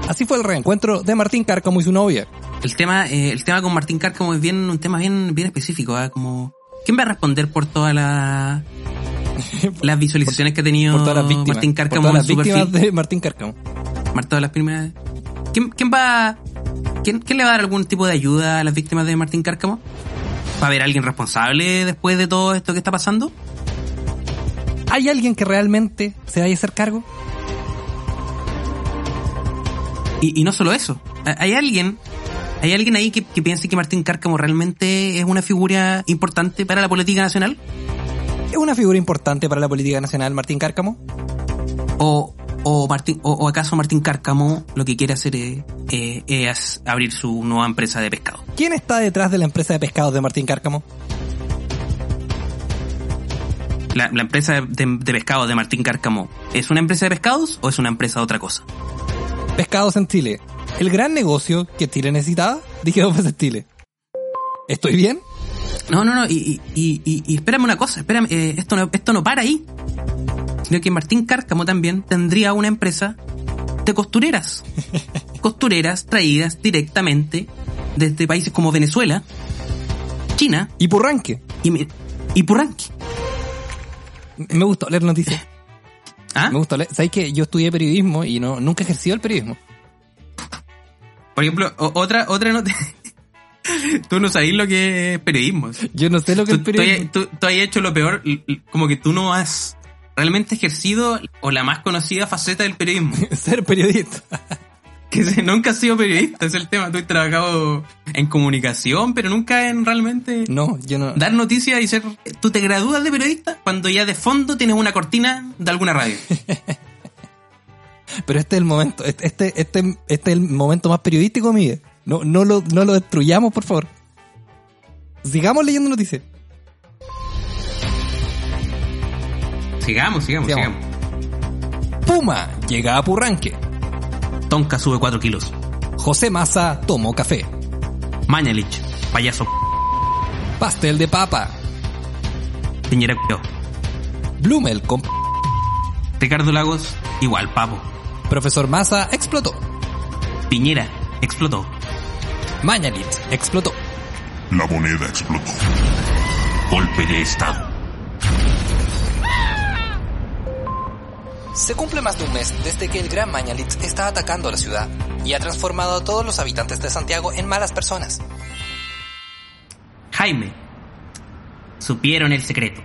Speaker 2: Así fue el reencuentro de Martín Cárcamo y su novia.
Speaker 1: El tema, eh, el tema con Martín Cárcamo es bien, un tema bien, bien específico, ¿ah? Como, ¿quién va a responder por todas las las visualizaciones que ha tenido
Speaker 2: Por todas las víctimas.
Speaker 1: Martín
Speaker 2: por
Speaker 1: Cárcamo
Speaker 2: todas las
Speaker 1: en su
Speaker 2: víctimas
Speaker 1: perfil?
Speaker 2: de Martín Cárcamo.
Speaker 1: Marta de las primeras. ¿Quién, quién va quién, quién le va a dar algún tipo de ayuda a las víctimas de Martín Cárcamo? ¿Va a haber alguien responsable después de todo esto que está pasando?
Speaker 2: ¿Hay alguien que realmente se vaya a hacer cargo?
Speaker 1: Y, y no solo eso. ¿ha- ¿Hay alguien? ¿Hay alguien ahí que, que piense que Martín Cárcamo realmente es una figura importante para la política nacional?
Speaker 2: ¿Es una figura importante para la política nacional Martín Cárcamo?
Speaker 1: ¿O, o, Martín, o, o acaso Martín Cárcamo lo que quiere hacer es, eh, es abrir su nueva empresa de pescado?
Speaker 2: ¿Quién está detrás de la empresa de pescados de Martín Cárcamo?
Speaker 1: ¿La, la empresa de, de pescados de Martín Cárcamo es una empresa de pescados o es una empresa de otra cosa?
Speaker 2: Pescados en Chile. El gran negocio que Chile necesitaba, dije dos veces Chile. ¿Estoy bien?
Speaker 1: No, no, no, y, y, y- y- y espérame una cosa, espérame, eh, esto, no, esto no para ahí. Sino que Martín Cárcamo también tendría una empresa de costureras. costureras traídas directamente desde países como Venezuela, China
Speaker 2: Y Purranque.
Speaker 1: y, me- y Purranqui.
Speaker 2: Me gustó leer noticias.
Speaker 1: ¿Ah?
Speaker 2: Me gustó leer. ¿Sabes que yo estudié periodismo y no, nunca he ejercido el periodismo?
Speaker 1: Por ejemplo, o- otra, otra nota. tú no sabés lo que es periodismo.
Speaker 2: Yo no sé lo
Speaker 1: Tú,
Speaker 2: que es
Speaker 1: tú, hay-
Speaker 2: periodismo.
Speaker 1: tú- tú has hecho lo peor, l- l- como que tú no has realmente ejercido o la más conocida faceta del periodismo.
Speaker 2: Ser periodista.
Speaker 1: Que se- nunca has sido periodista, es el tema. Tú has trabajado en comunicación, pero nunca en realmente
Speaker 2: No, yo no.
Speaker 1: dar noticias y ser... Tú te gradúas de periodista cuando ya de fondo tienes una cortina de alguna radio.
Speaker 2: Pero este es el momento. Este, este, este, este es el momento más periodístico de mi vida. No, no, lo, no lo destruyamos, por favor. Sigamos leyendo noticias.
Speaker 1: Sigamos, sigamos, sigamos.
Speaker 2: Sigamos. Puma llega a Purranque.
Speaker 1: Tonka sube 4 kilos.
Speaker 2: José Massa tomó café.
Speaker 1: Mañalich, payaso.
Speaker 2: Pastel de papa.
Speaker 1: Piñera p***o.
Speaker 2: Blumel con...
Speaker 1: Ricardo Lagos, igual, papo.
Speaker 2: Profesor Massa explotó.
Speaker 1: Piñera, explotó.
Speaker 2: Mañalich explotó.
Speaker 3: La moneda explotó. Golpe de Estado.
Speaker 2: Se cumple más de un mes desde que el gran Mañalich está atacando a la ciudad y ha transformado a todos los habitantes de Santiago en malas personas.
Speaker 1: Jaime, supieron el secreto.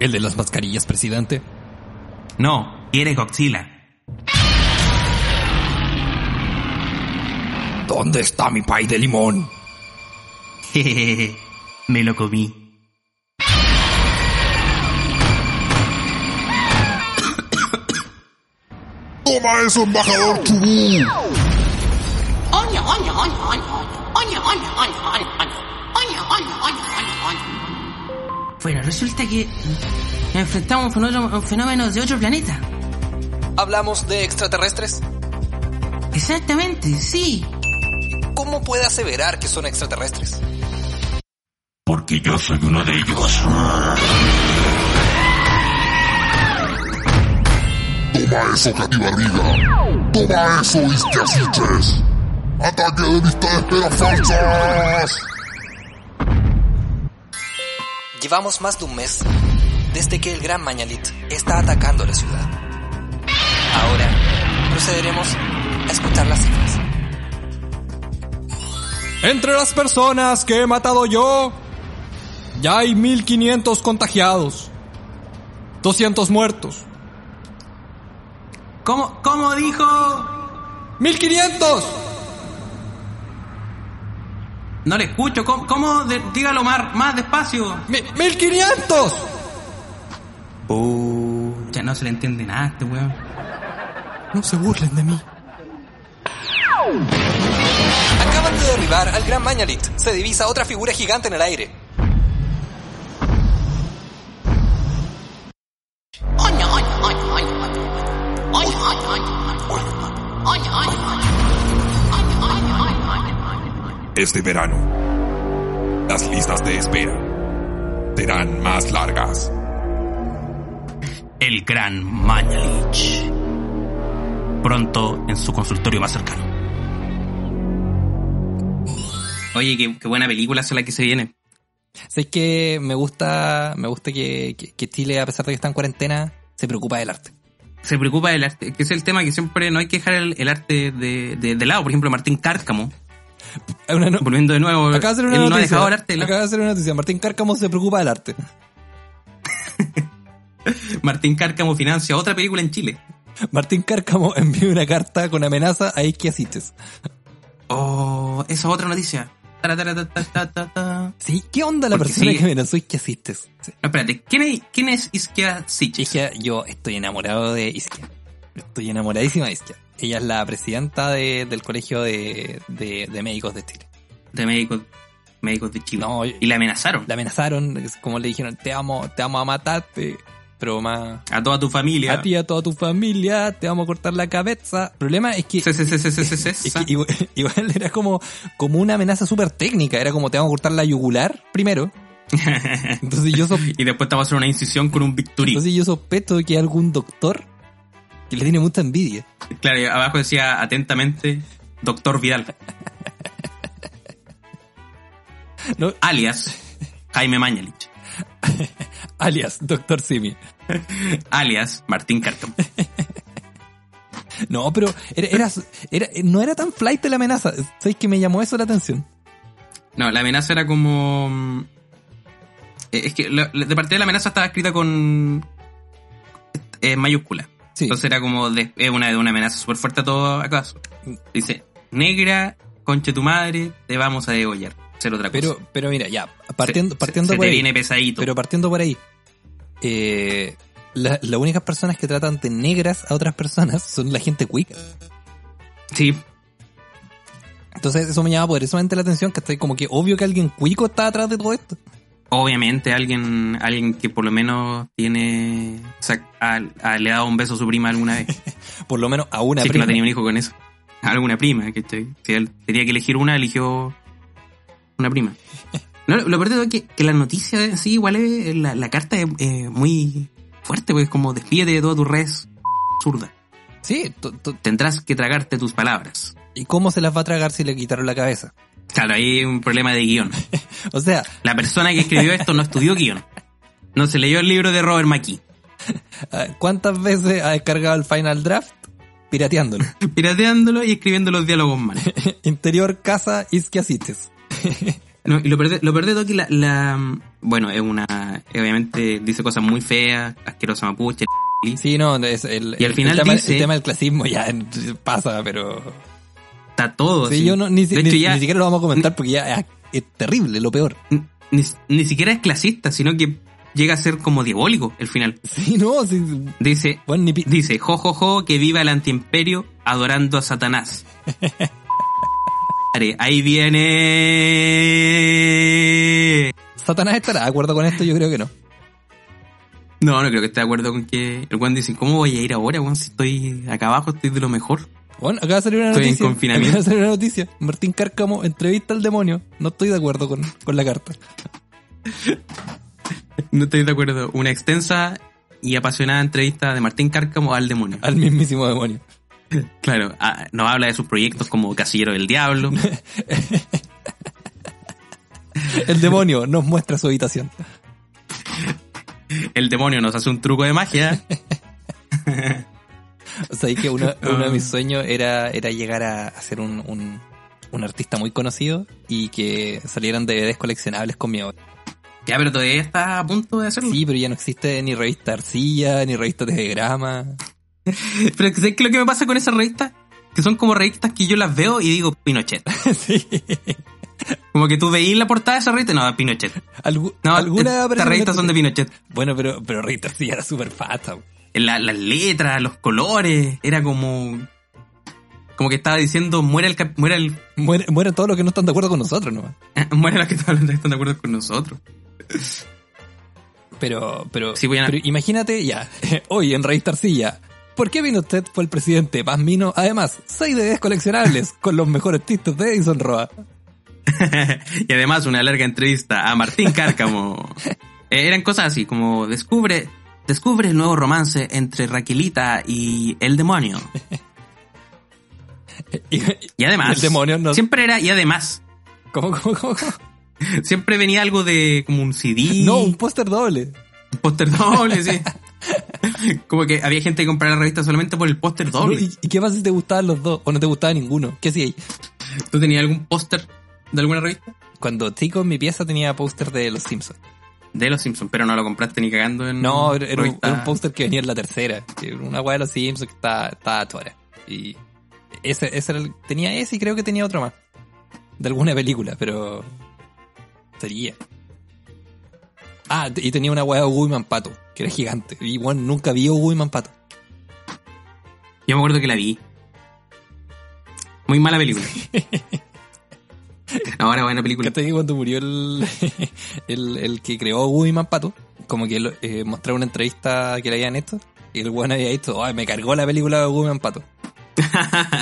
Speaker 2: ¿El de las mascarillas, presidente?
Speaker 1: No, quiere Godzilla.
Speaker 2: ¿Dónde está mi pay de limón?
Speaker 1: Jejeje, me lo comí.
Speaker 3: Toma eso, embajador Chubú.
Speaker 1: Bueno, resulta que nos enfrentamos con otro- un fenómeno de otro planeta.
Speaker 2: Hablamos de extraterrestres.
Speaker 1: Exactamente, sí.
Speaker 2: ¿Cómo puede aseverar que son extraterrestres?
Speaker 3: Porque yo soy uno de ellos. Toma eso, Katy Barriga. Toma eso, Isquiasiches. Ataque de lista de espera falsas.
Speaker 2: Llevamos más de un mes desde que el gran Mañalit está atacando la ciudad. Ahora procederemos a escuchar las cifras. Entre las personas que he matado yo, ya hay 1500 contagiados, 200 muertos.
Speaker 1: ¿Cómo, cómo dijo?
Speaker 2: ¡1500!
Speaker 1: No le escucho. ¿Cómo? cómo? De- dígalo más, más despacio.
Speaker 2: ¡Mi- ¡1500!
Speaker 1: Ya no se le entiende nada a este weón.
Speaker 2: No se burlen de mí. Acaban de derribar al gran Mañalit. Se divisa otra figura gigante en el aire.
Speaker 4: este verano. Las listas de espera serán más largas.
Speaker 1: El gran Mañalich. Pronto en su consultorio más cercano. Oye, qué, qué buena película es la que se viene.
Speaker 2: Sé que me gusta, me gusta que, que- que Chile, a pesar de que está en cuarentena, se preocupa del arte.
Speaker 1: Se preocupa del arte, que es el tema que siempre no hay que dejar el, el arte de, de- de lado. Por ejemplo, Martín Cárcamo,
Speaker 2: Hay una no-
Speaker 1: volviendo de nuevo,
Speaker 2: acaba de ser una
Speaker 1: él no ha
Speaker 2: noticia.
Speaker 1: dejado el arte de lado.
Speaker 2: Acaba de ser una noticia. Martín Cárcamo se preocupa del arte.
Speaker 1: Martín Cárcamo financia otra película en Chile.
Speaker 2: Martín Cárcamo envía una carta con amenaza a Isquia Siches.
Speaker 1: Oh, esa es otra noticia. Tarataratatatatata.
Speaker 2: Sí, ¿qué onda la
Speaker 1: Porque
Speaker 2: persona
Speaker 1: sí.
Speaker 2: que amenazó a Isquia Siches? Sí.
Speaker 1: No, espérate, ¿quién es, quién es Iskia Sichis?
Speaker 2: Isquia, yo estoy enamorado de Isquia. Estoy enamoradísima de Isquia. Ella es la presidenta de- del Colegio de, de- de Médicos de Chile.
Speaker 1: De médicos, médicos de Chile.
Speaker 2: No,
Speaker 1: y la amenazaron.
Speaker 2: La amenazaron, es como le dijeron, te amo, te amo a matarte. Pero más...
Speaker 1: A toda tu familia.
Speaker 2: A ti, a toda tu familia, te vamos a cortar la cabeza. El problema es que,
Speaker 1: Sí, sí, sí, sí, sí, sí, sí.
Speaker 2: es que igual, igual era como, como una amenaza súper técnica. Era como te vamos a cortar la yugular primero. Entonces yo, sospe-
Speaker 1: Y después te va a hacer una incisión con un Victory.
Speaker 2: entonces yo sospecho que hay algún doctor que le tiene mucha envidia.
Speaker 1: Claro, y abajo decía atentamente Doctor Vidal.
Speaker 2: No.
Speaker 1: Alias Jaime Mañalich.
Speaker 2: Alias, doctor Simi.
Speaker 1: Alias Martín Cartón.
Speaker 2: No, pero era, era, era- no era tan flight la amenaza. ¿Sabes que me llamó eso la atención?
Speaker 1: No, la amenaza era como. mm, eh, Es que la- la- de parte de la amenaza estaba escrita con. En mayúscula.
Speaker 2: Sí.
Speaker 1: Entonces era como de, es una, una amenaza súper fuerte a todo acaso. Dice, negra, conche tu madre, te vamos a degollar. Ser otra cosa.
Speaker 2: Pero, pero mira, ya, partiendo,
Speaker 1: Se-
Speaker 2: partiendo
Speaker 1: se, se
Speaker 2: por
Speaker 1: te
Speaker 2: ahí.
Speaker 1: viene pesadito.
Speaker 2: Pero partiendo por ahí, eh, la- las únicas personas que tratan de negras a otras personas son la gente cuica.
Speaker 1: sí,
Speaker 2: Entonces eso me llama poderosamente la atención, que estoy como que obvio que alguien cuico está atrás de todo esto.
Speaker 1: obviamente alguien, alguien que por lo menos tiene. O sea, ha- ha- le ha dado un beso a su prima alguna vez.
Speaker 2: Por lo menos a una
Speaker 1: sí, que no
Speaker 2: prima.
Speaker 1: tenía un hijo con eso. Ah, Alguna prima, que te- si él tenía que elegir una, eligió una prima. No, lo lo peor de todo es que, que la noticia en sí, igual es, la, la carta es eh, muy fuerte, porque es como despídete de toda tu red zurda.
Speaker 2: Sí, to- to-
Speaker 1: Tendrás que tragarte tus palabras.
Speaker 2: ¿y cómo se las va a tragar si le quitaron la cabeza?
Speaker 1: Claro, ahí hay un problema de guión.
Speaker 2: O sea,
Speaker 1: La persona que escribió esto no estudió guión. No se leyó el libro de Robert McKee.
Speaker 2: eh, ¿cuántas veces ha descargado el Final Draft? Pirateándolo.
Speaker 1: Pirateándolo y escribiendo los diálogos mal.
Speaker 2: Interior, casa, isquiasites.
Speaker 1: No, y lo perdí, lo peor de todo es que la, la- Bueno, es una... Obviamente dice cosas muy feas, asquerosa mapuche.
Speaker 2: Sí, no, es el,
Speaker 1: Y al
Speaker 2: el
Speaker 1: final
Speaker 2: tema,
Speaker 1: dice-
Speaker 2: el tema del clasismo ya pasa, pero...
Speaker 1: Está todo.
Speaker 2: Sí,
Speaker 1: Oh, sí.
Speaker 2: yo no, ni, si-
Speaker 1: De hecho,
Speaker 2: ni-
Speaker 1: ya
Speaker 2: ni siquiera lo vamos a comentar porque ya es, es terrible, lo peor.
Speaker 1: ni, ni siquiera es clasista, sino que llega a ser como diabólico el final.
Speaker 2: Sí, no, sí,
Speaker 1: Dice,
Speaker 2: bueno, ni pi-
Speaker 1: dice, jo, jo, jo, que viva el antiimperio adorando a Satanás. Are, Ahí viene...
Speaker 2: Satanás estará de acuerdo con esto, yo creo que no.
Speaker 1: No, no creo que esté de acuerdo con que el Juan dice, ¿cómo voy a ir ahora, Juan? Si estoy acá abajo, estoy de lo mejor.
Speaker 2: Bueno, acaba de salir una
Speaker 1: Estoy en
Speaker 2: noticia.
Speaker 1: confinamiento.
Speaker 2: Acaba de salir una noticia. Martín Cárcamo entrevista al demonio. No estoy de acuerdo con, con la carta.
Speaker 1: No estoy de acuerdo. Una extensa y apasionada entrevista de Martín Cárcamo al demonio.
Speaker 2: Al mismísimo demonio.
Speaker 1: Claro, ah, nos habla de sus proyectos como Casillero del Diablo.
Speaker 2: El demonio nos muestra su habitación.
Speaker 1: El demonio nos hace un truco de magia.
Speaker 2: O sea, es que una- uno de
Speaker 1: Ah.
Speaker 2: mis sueños era, era llegar a, a ser un, un, un artista muy conocido y que salieran DVDs coleccionables con mi obra.
Speaker 1: Ya, pero todavía está a punto de hacerlo.
Speaker 2: Sí, pero ya no existe ni revista Arcilla, ni revista Telegrama.
Speaker 1: Pero es que ¿sabes qué es lo que me pasa con esas revistas? Que son como revistas que yo las veo y digo Pinochet.
Speaker 2: sí.
Speaker 1: Como que tú veís la portada de esa revista, no, Pinochet.
Speaker 2: Algu-
Speaker 1: No,
Speaker 2: alguna
Speaker 1: estas
Speaker 2: apareció en
Speaker 1: revistas son de Pinochet.
Speaker 2: Bueno, pero, pero revista Arcilla era súper fata. güey.
Speaker 1: La- las letras, los colores, era como... Como que estaba diciendo, muera el... cap- Muera el
Speaker 2: Muere- Mueren todos los que no están de acuerdo con nosotros, ¿no?
Speaker 1: muera los que están están de acuerdo con nosotros.
Speaker 2: Pero, pero,
Speaker 1: Sí, voy a-
Speaker 2: pero imagínate ya, hoy en Revista Arcilla, ¿por qué vino usted fue el presidente más mino? Además, 6 DVDs coleccionables con los mejores títulos de Edison Roa.
Speaker 1: y además una larga entrevista a Martín Cárcamo. Eh, eran cosas así, como descubre, descubre el nuevo romance entre Raquelita y el demonio.
Speaker 2: Y-
Speaker 1: Y además,
Speaker 2: El demonio no-
Speaker 1: siempre era, y además,
Speaker 2: ¿Cómo, cómo, cómo? cómo?
Speaker 1: siempre venía algo de como un CD,
Speaker 2: No, un
Speaker 1: un
Speaker 2: póster doble.
Speaker 1: póster doble, sí. Como que había gente que compraba la revista solamente por el póster doble.
Speaker 2: ¿Y, y qué pasa si te gustaban los dos o no te gustaba ninguno? ¿Qué hacía ahí?
Speaker 1: ¿Tú tenías algún póster de alguna revista?
Speaker 2: Cuando chico en mi pieza tenía póster de Los Simpsons.
Speaker 1: De los Simpsons, pero no lo compraste ni cagando en.
Speaker 2: No, era, era un,
Speaker 1: revista.
Speaker 2: era un póster que venía en la tercera. que era Una weá de Los Simpsons que estaba, estaba tora. Y ese, ese era el- tenía ese y creo que tenía otro más. De alguna película, pero... Sería. Ah, y tenía una weá de Hugo y Mampato, que era gigante. Y bueno, nunca vi Hugo y Mampato.
Speaker 1: Yo me acuerdo que la vi. Muy mala película. Ahora buena película.
Speaker 2: Fíjate que cuando murió el, el, el que creó Woody Pato, como que lo- eh, mostraba una entrevista que le habían hecho, y el weón había dicho, ay, me cargó la película de Woody Pato.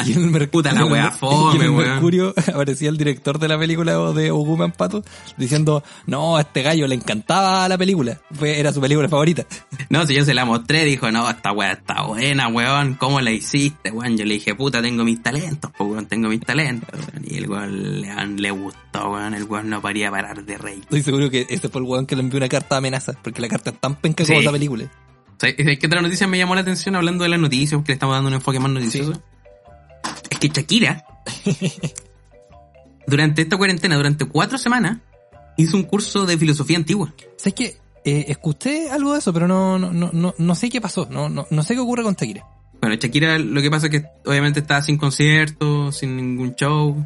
Speaker 2: Y en el Merc-
Speaker 1: Puta la
Speaker 2: y en el
Speaker 1: wea
Speaker 2: Mer-
Speaker 1: fome,
Speaker 2: y en el
Speaker 1: weón.
Speaker 2: Mercurio aparecía el director de la película de Woody Pato diciendo, no, a este gallo le encantaba la película, Fue- era su película favorita.
Speaker 1: No, si yo se la mostré, dijo, no, esta weá está buena, weón, ¿cómo la hiciste, weón? Yo le dije, puta, tengo mis talentos, pues, weón, tengo mis talentos. weón. Y el weón le, le gustó, weón, el weón no paría parar de reír.
Speaker 2: Estoy seguro que ese fue el weón que le envió una carta de amenaza, porque la carta es tan penca
Speaker 1: Sí.
Speaker 2: como esa película.
Speaker 1: ¿Sabes ¿sabes qué otra noticia me llamó la atención hablando de las noticias? Porque le estamos dando un enfoque más noticioso. Es que Shakira, durante esta cuarentena, durante cuatro semanas, hizo un curso de filosofía antigua.
Speaker 2: ¿Sabes que escuché algo de eso, pero no, no, no, no, no sé qué pasó, no, no, no sé qué ocurre con Shakira.
Speaker 1: Bueno, Shakira lo que pasa es que obviamente estaba sin conciertos, sin ningún show.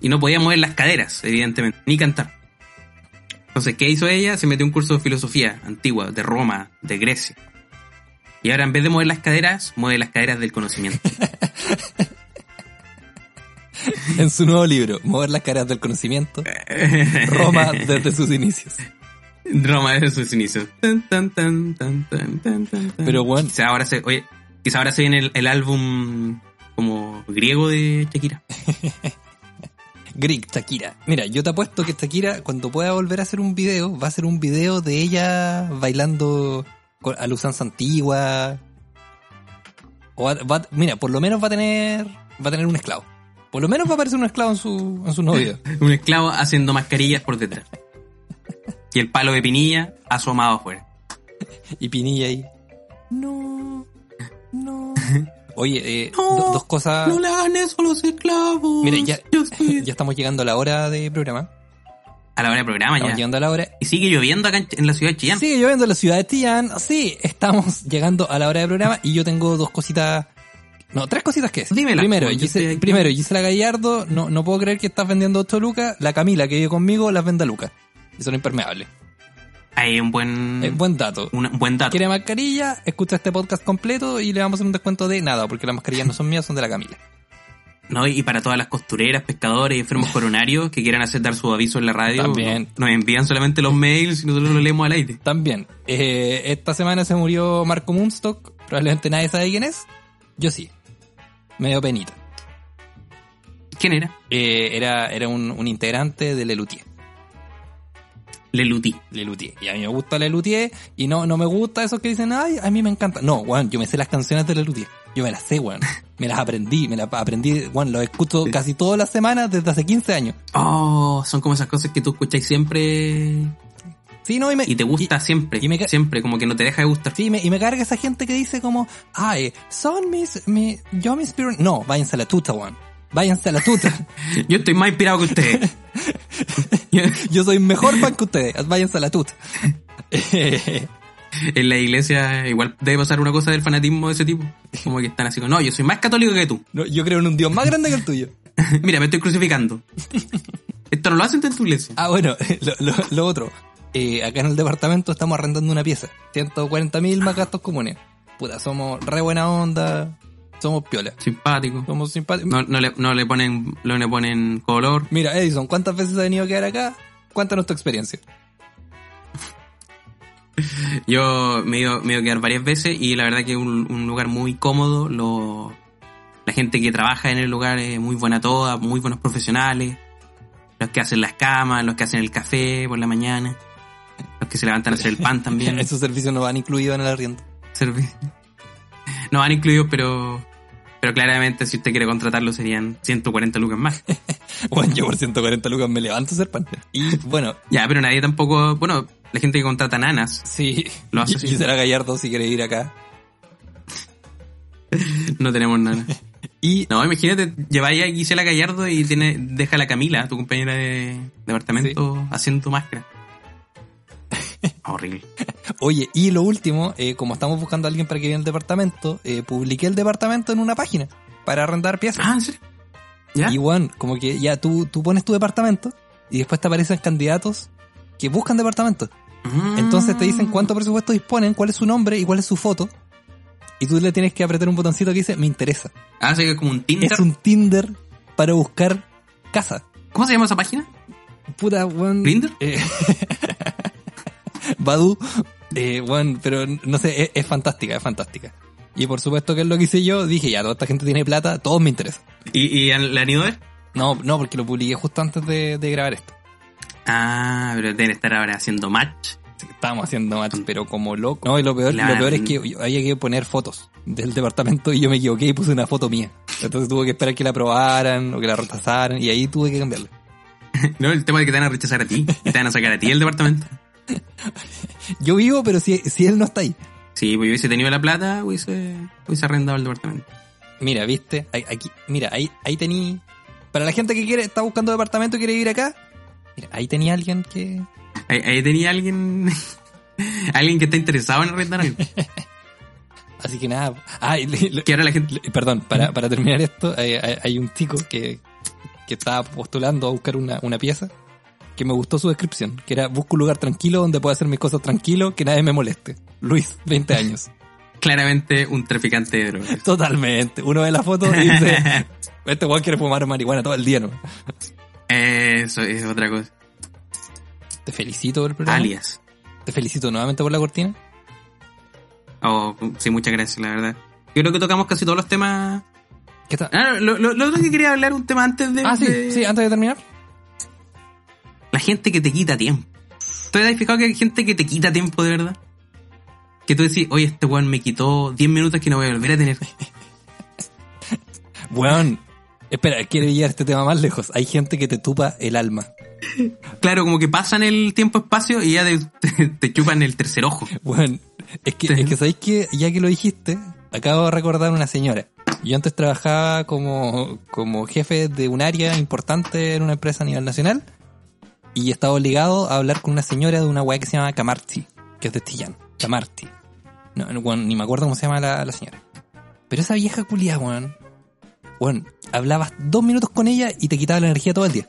Speaker 1: Y no podía mover las caderas, evidentemente, ni cantar. Entonces, ¿qué hizo ella? Se metió a un curso de filosofía antigua, de Roma, de Grecia. Y ahora en vez de mover las caderas, mueve las caderas del conocimiento.
Speaker 2: en su nuevo libro, Mover las caras del conocimiento, Roma desde sus inicios.
Speaker 1: Roma desde sus inicios. Tan, tan, tan, tan, tan, tan, tan, tan.
Speaker 2: Pero, weón.
Speaker 1: Quizá ahora se, oye, quizá ahora se viene el, el álbum como griego de Shakira.
Speaker 2: Greek, Shakira. Mira, yo te apuesto que Shakira, cuando pueda volver a hacer un video, va a hacer un video de ella bailando con- a la usanza antigua. O va- va- mira, por lo menos va a tener va a tener un esclavo. Por lo menos va a aparecer un esclavo en su, en su nuevo video.
Speaker 1: Un esclavo haciendo mascarillas por detrás. Y el palo de pinilla asomado afuera.
Speaker 2: Y Pinilla ahí. No, no. Oye, eh, do- dos cosas.
Speaker 1: No le hagan eso a los esclavos.
Speaker 2: Mira, ya,
Speaker 1: Yo estoy-
Speaker 2: ya estamos llegando a la hora de programa.
Speaker 1: A la hora del programa
Speaker 2: Estamos
Speaker 1: ya.
Speaker 2: llegando a la hora.
Speaker 1: Y sigue lloviendo acá en, Ch- en la ciudad de Chillán.
Speaker 2: Sigue lloviendo en la ciudad de Tian. Sí, estamos llegando a la hora del programa y yo tengo dos cositas No, tres cositas que es.
Speaker 1: Dímela,
Speaker 2: Primero,
Speaker 1: pues, yo
Speaker 2: Gise-
Speaker 1: estoy aquí.
Speaker 2: primero, Gisela Gallardo, no, no puedo creer que estás vendiendo 8 lucas. La Camila que vive conmigo las vende a lucas. Y son impermeables.
Speaker 1: Hay un buen,
Speaker 2: Es buen dato.
Speaker 1: Mm. un buen dato.
Speaker 2: Quiere mascarilla, escucha este podcast completo y le vamos a hacer un descuento de nada, porque las mascarillas no son mías, son de la Camila.
Speaker 1: ¿no? Y para todas las costureras, pescadores y enfermos coronarios que quieran hacer dar su aviso en la radio,
Speaker 2: También.
Speaker 1: no- nos envían solamente los mails y nosotros los leemos al aire.
Speaker 2: También, eh, esta semana se murió Marco Munstock. Probablemente nadie sabe quién es. Yo sí. Medio penita.
Speaker 1: ¿Quién era?
Speaker 2: Eh, era era un, un integrante de Lelutier.
Speaker 1: Lelutí.
Speaker 2: Lelutier. Y a mí me gusta Lelutier. Y no, no me gusta esos que dicen, ay, a mí me encanta. No, weón, yo me sé las canciones de Lelutier. Yo me las sé, weón. Me las aprendí, me las aprendí, weón, los escucho casi todas las semanas desde hace 15 años.
Speaker 1: Oh, son como esas cosas que tú escucháis siempre
Speaker 2: Sí, no, y me,
Speaker 1: y te gusta siempre.
Speaker 2: y me ca-
Speaker 1: siempre, como que no te deja de gustar.
Speaker 2: Sí, me- y me carga esa gente que dice como, ay, son mis, mi, yo me inspiro. No, váyanse a la tuta, weón. Váyanse a la tuta.
Speaker 1: Yo estoy más inspirado que ustedes. Yo-
Speaker 2: Yo soy mejor fan que ustedes. Váyanse a la tuta.
Speaker 1: en la iglesia igual debe pasar una cosa del fanatismo de ese tipo. Como que están así como, no, yo soy más católico que tú.
Speaker 2: No, yo creo en un Dios más grande que el tuyo.
Speaker 1: Mira, me estoy crucificando. Esto no lo hacen en tu iglesia.
Speaker 2: Ah, bueno, lo, lo- lo otro. Eh, acá en el departamento estamos arrendando una pieza. 140 mil más gastos comunes. Puta, somos re buena onda. Somos piola.
Speaker 1: Simpático.
Speaker 2: Somos simpáticos.
Speaker 1: No, no, le, no le ponen, no le ponen color.
Speaker 2: Mira, Edison, ¿cuántas veces has venido a quedar acá? Cuéntanos tu experiencia.
Speaker 1: Yo me he ido, me he ido a quedar varias veces y la verdad que es un, un lugar muy cómodo. Lo, la gente que trabaja en el lugar es muy buena toda, muy buenos profesionales. Los que hacen las camas, los que hacen el café por la mañana, los que se levantan a hacer el pan también.
Speaker 2: Esos servicios no van incluidos en el arriendo.
Speaker 1: Servi- No van incluidos, pero, pero claramente si usted quiere contratarlo serían 140 lucas más.
Speaker 2: Bueno, yo por 140 lucas me levanto a hacer pan. Y bueno,
Speaker 1: Ya, pero nadie tampoco. Bueno, la gente que contrata nanas
Speaker 2: sí.
Speaker 1: Lo hace
Speaker 2: y-
Speaker 1: así.
Speaker 2: y será Gallardo si quiere ir acá.
Speaker 1: no tenemos nada.
Speaker 2: Y
Speaker 1: No, imagínate, lleváis a Gisela Gallardo y tiene, deja a la Camila, tu compañera de departamento, haciendo máscara. Horrible.
Speaker 2: Oye, y lo último, eh, como estamos buscando a alguien para que viva en el departamento, eh, publiqué el departamento en una página para arrendar piezas.
Speaker 1: Ah, ¿en serio? ¿Ya?
Speaker 2: Y bueno, como que ya tú, tú pones tu departamento y después te aparecen candidatos que buscan departamentos.
Speaker 1: Mm.
Speaker 2: Entonces te dicen cuánto presupuesto disponen, cuál es su nombre y cuál es su foto. Y tú le tienes que apretar un botoncito que dice me interesa.
Speaker 1: Ah, sí, que es como un Tinder.
Speaker 2: Es un Tinder para buscar casa.
Speaker 1: ¿Cómo se llama esa página?
Speaker 2: Puta, weón.
Speaker 1: ¿Grindr?
Speaker 2: Eh, Badu. Eh, weón, pero no sé, es, es fantástica, es fantástica. Y por supuesto que es lo que hice yo. Dije, ya, toda esta gente tiene plata, todos me interesan.
Speaker 1: ¿Y, y han- la han ido a ver?
Speaker 2: No, no, porque lo publiqué justo antes de, de grabar esto.
Speaker 1: Ah, pero deben estar ahora haciendo match.
Speaker 2: Así que estábamos haciendo match, pero como loco. No, y lo peor,
Speaker 1: Claro.
Speaker 2: lo peor es que yo- había que poner fotos del departamento y yo me equivoqué y puse una foto mía. Entonces tuve que esperar que la aprobaran o que la rechazaran y ahí tuve que cambiarla.
Speaker 1: No, el tema de que te van a rechazar a ti y te van a sacar a ti del departamento.
Speaker 2: Yo vivo, pero si, si él no está ahí.
Speaker 1: Sí, pues yo hubiese tenido la plata, pues, eh, hubiese, hubiese arrendado el departamento.
Speaker 2: Mira, viste, ahí- aquí, mira, ahí, ahí tení. Para la gente que quiere, está buscando departamento y quiere vivir acá, mira, ahí tenía alguien que.
Speaker 1: Ahí, ahí tenía alguien, alguien que está interesado en arrendar algo.
Speaker 2: Así que nada. Ah, y le- le-
Speaker 1: Que ahora la gente,
Speaker 2: le- perdón, para, para terminar esto, hay, hay- hay un tico que, que estaba postulando a buscar una, una pieza que me gustó su descripción, que era busco un lugar tranquilo donde pueda hacer mis cosas tranquilo, que nadie me moleste. Luis, 20 años.
Speaker 1: claramente un traficante de drogas.
Speaker 2: Totalmente. Uno ve la foto y dice, este weón quiere fumar marihuana todo el día, ¿no?
Speaker 1: Eso es otra cosa.
Speaker 2: Te felicito por el programa.
Speaker 1: Alias.
Speaker 2: Te felicito nuevamente por la cortina.
Speaker 1: Oh, sí, muchas gracias, la verdad. Yo creo que tocamos casi todos los temas.
Speaker 2: ¿Qué tal?
Speaker 1: Ah, no, lo, lo- lo otro que quería hablar, un tema antes de.
Speaker 2: Ah, sí,
Speaker 1: de-
Speaker 2: sí, antes de terminar.
Speaker 1: La gente que te quita tiempo. ¿Tú te has fijado que hay gente que te quita tiempo de verdad? Que tú decís, oye, este weón me quitó 10 minutos que no voy a volver a tener.
Speaker 2: Weón, espera, quiero llevar este tema más lejos. Hay gente que te tupa el alma.
Speaker 1: Claro, como que pasan el tiempo-espacio y ya te, te- te chupan el tercer ojo.
Speaker 2: Weón, es que,
Speaker 1: Sí.
Speaker 2: es que sabéis que, ya que lo dijiste, acabo de recordar una señora. Yo antes trabajaba como, como jefe de un área importante en una empresa a nivel nacional y estaba obligado a hablar con una señora de una weá que se llama Camarti, que es de Chillán. Camarti. No, no, weón, ni me acuerdo cómo se llama la, la señora. Pero esa vieja culia, weón. Weón, hablabas dos minutos con ella y te quitaba la energía todo el día.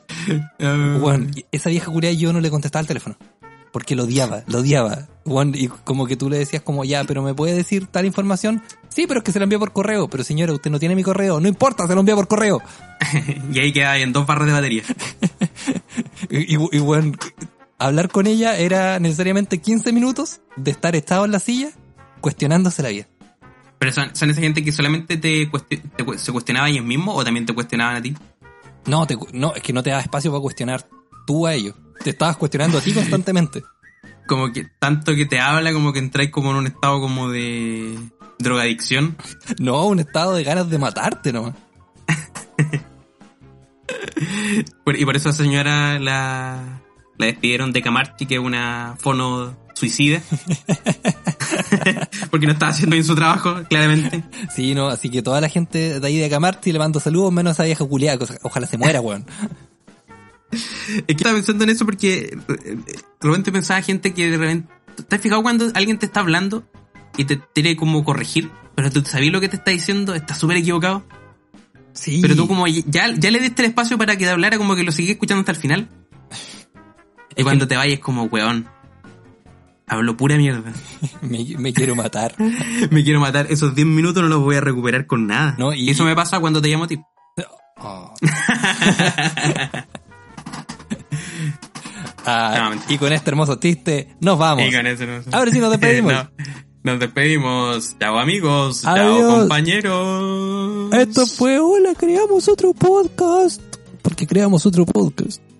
Speaker 2: Weón, y esa vieja culia yo no le contestaba al teléfono. Porque lo odiaba, lo odiaba. Weón, y como que tú le decías como, ya, pero me puede decir tal información. Sí, pero es que se la envía por correo. Pero señora, usted no tiene mi correo. No importa, se lo envía por correo.
Speaker 1: Y ahí queda en dos barras de batería.
Speaker 2: Y, y- y, weón, hablar con ella era necesariamente 15 minutos de estar estado en la silla cuestionándose la vida.
Speaker 1: Pero son, son esa gente que solamente te, cueste- te cu- se cuestionaba a ellos mismos o también te cuestionaban a ti.
Speaker 2: No, te cu- no, es que no te da espacio para cuestionar tú a ellos. Te estabas cuestionando a ti constantemente.
Speaker 1: Como que tanto que te habla, como que entráis como en un estado como de drogadicción.
Speaker 2: No, un estado de ganas de matarte nomás.
Speaker 1: Por- Y por eso a esa señora la, la despidieron de Camarchi, que es una fono suicida. Porque no estaba haciendo bien su trabajo, claramente.
Speaker 2: Sí, no, así que toda la gente de ahí de Camarti le mando saludos, menos a esa vieja culiada, cosa- ojalá se muera, weón.
Speaker 1: Es que estaba pensando en eso porque eh, realmente pensaba gente que de repente. ¿Te has fijado cuando alguien te está hablando y te tiene como corregir? Pero tú sabes lo que te está diciendo, está súper equivocado.
Speaker 2: Sí.
Speaker 1: Pero tú como ya, ya le diste el espacio para que te hablara, como que lo seguí escuchando hasta el final. Y cuando te vayas como, weón, hablo pura mierda.
Speaker 2: Me, me quiero matar.
Speaker 1: Me quiero matar. Esos 10 minutos no los voy a recuperar con nada.
Speaker 2: No, y-
Speaker 1: Eso me pasa cuando te llamo a ti.
Speaker 2: Oh. Ah,
Speaker 1: No, mentira.
Speaker 2: y con este hermoso chiste, nos vamos.
Speaker 1: Y con eso no-
Speaker 2: Ahora sí nos despedimos.
Speaker 1: No. Nos despedimos. Chao amigos.
Speaker 2: Adiós.
Speaker 1: Chao compañeros.
Speaker 2: Esto fue Hola, creamos otro podcast. Porque creamos otro podcast.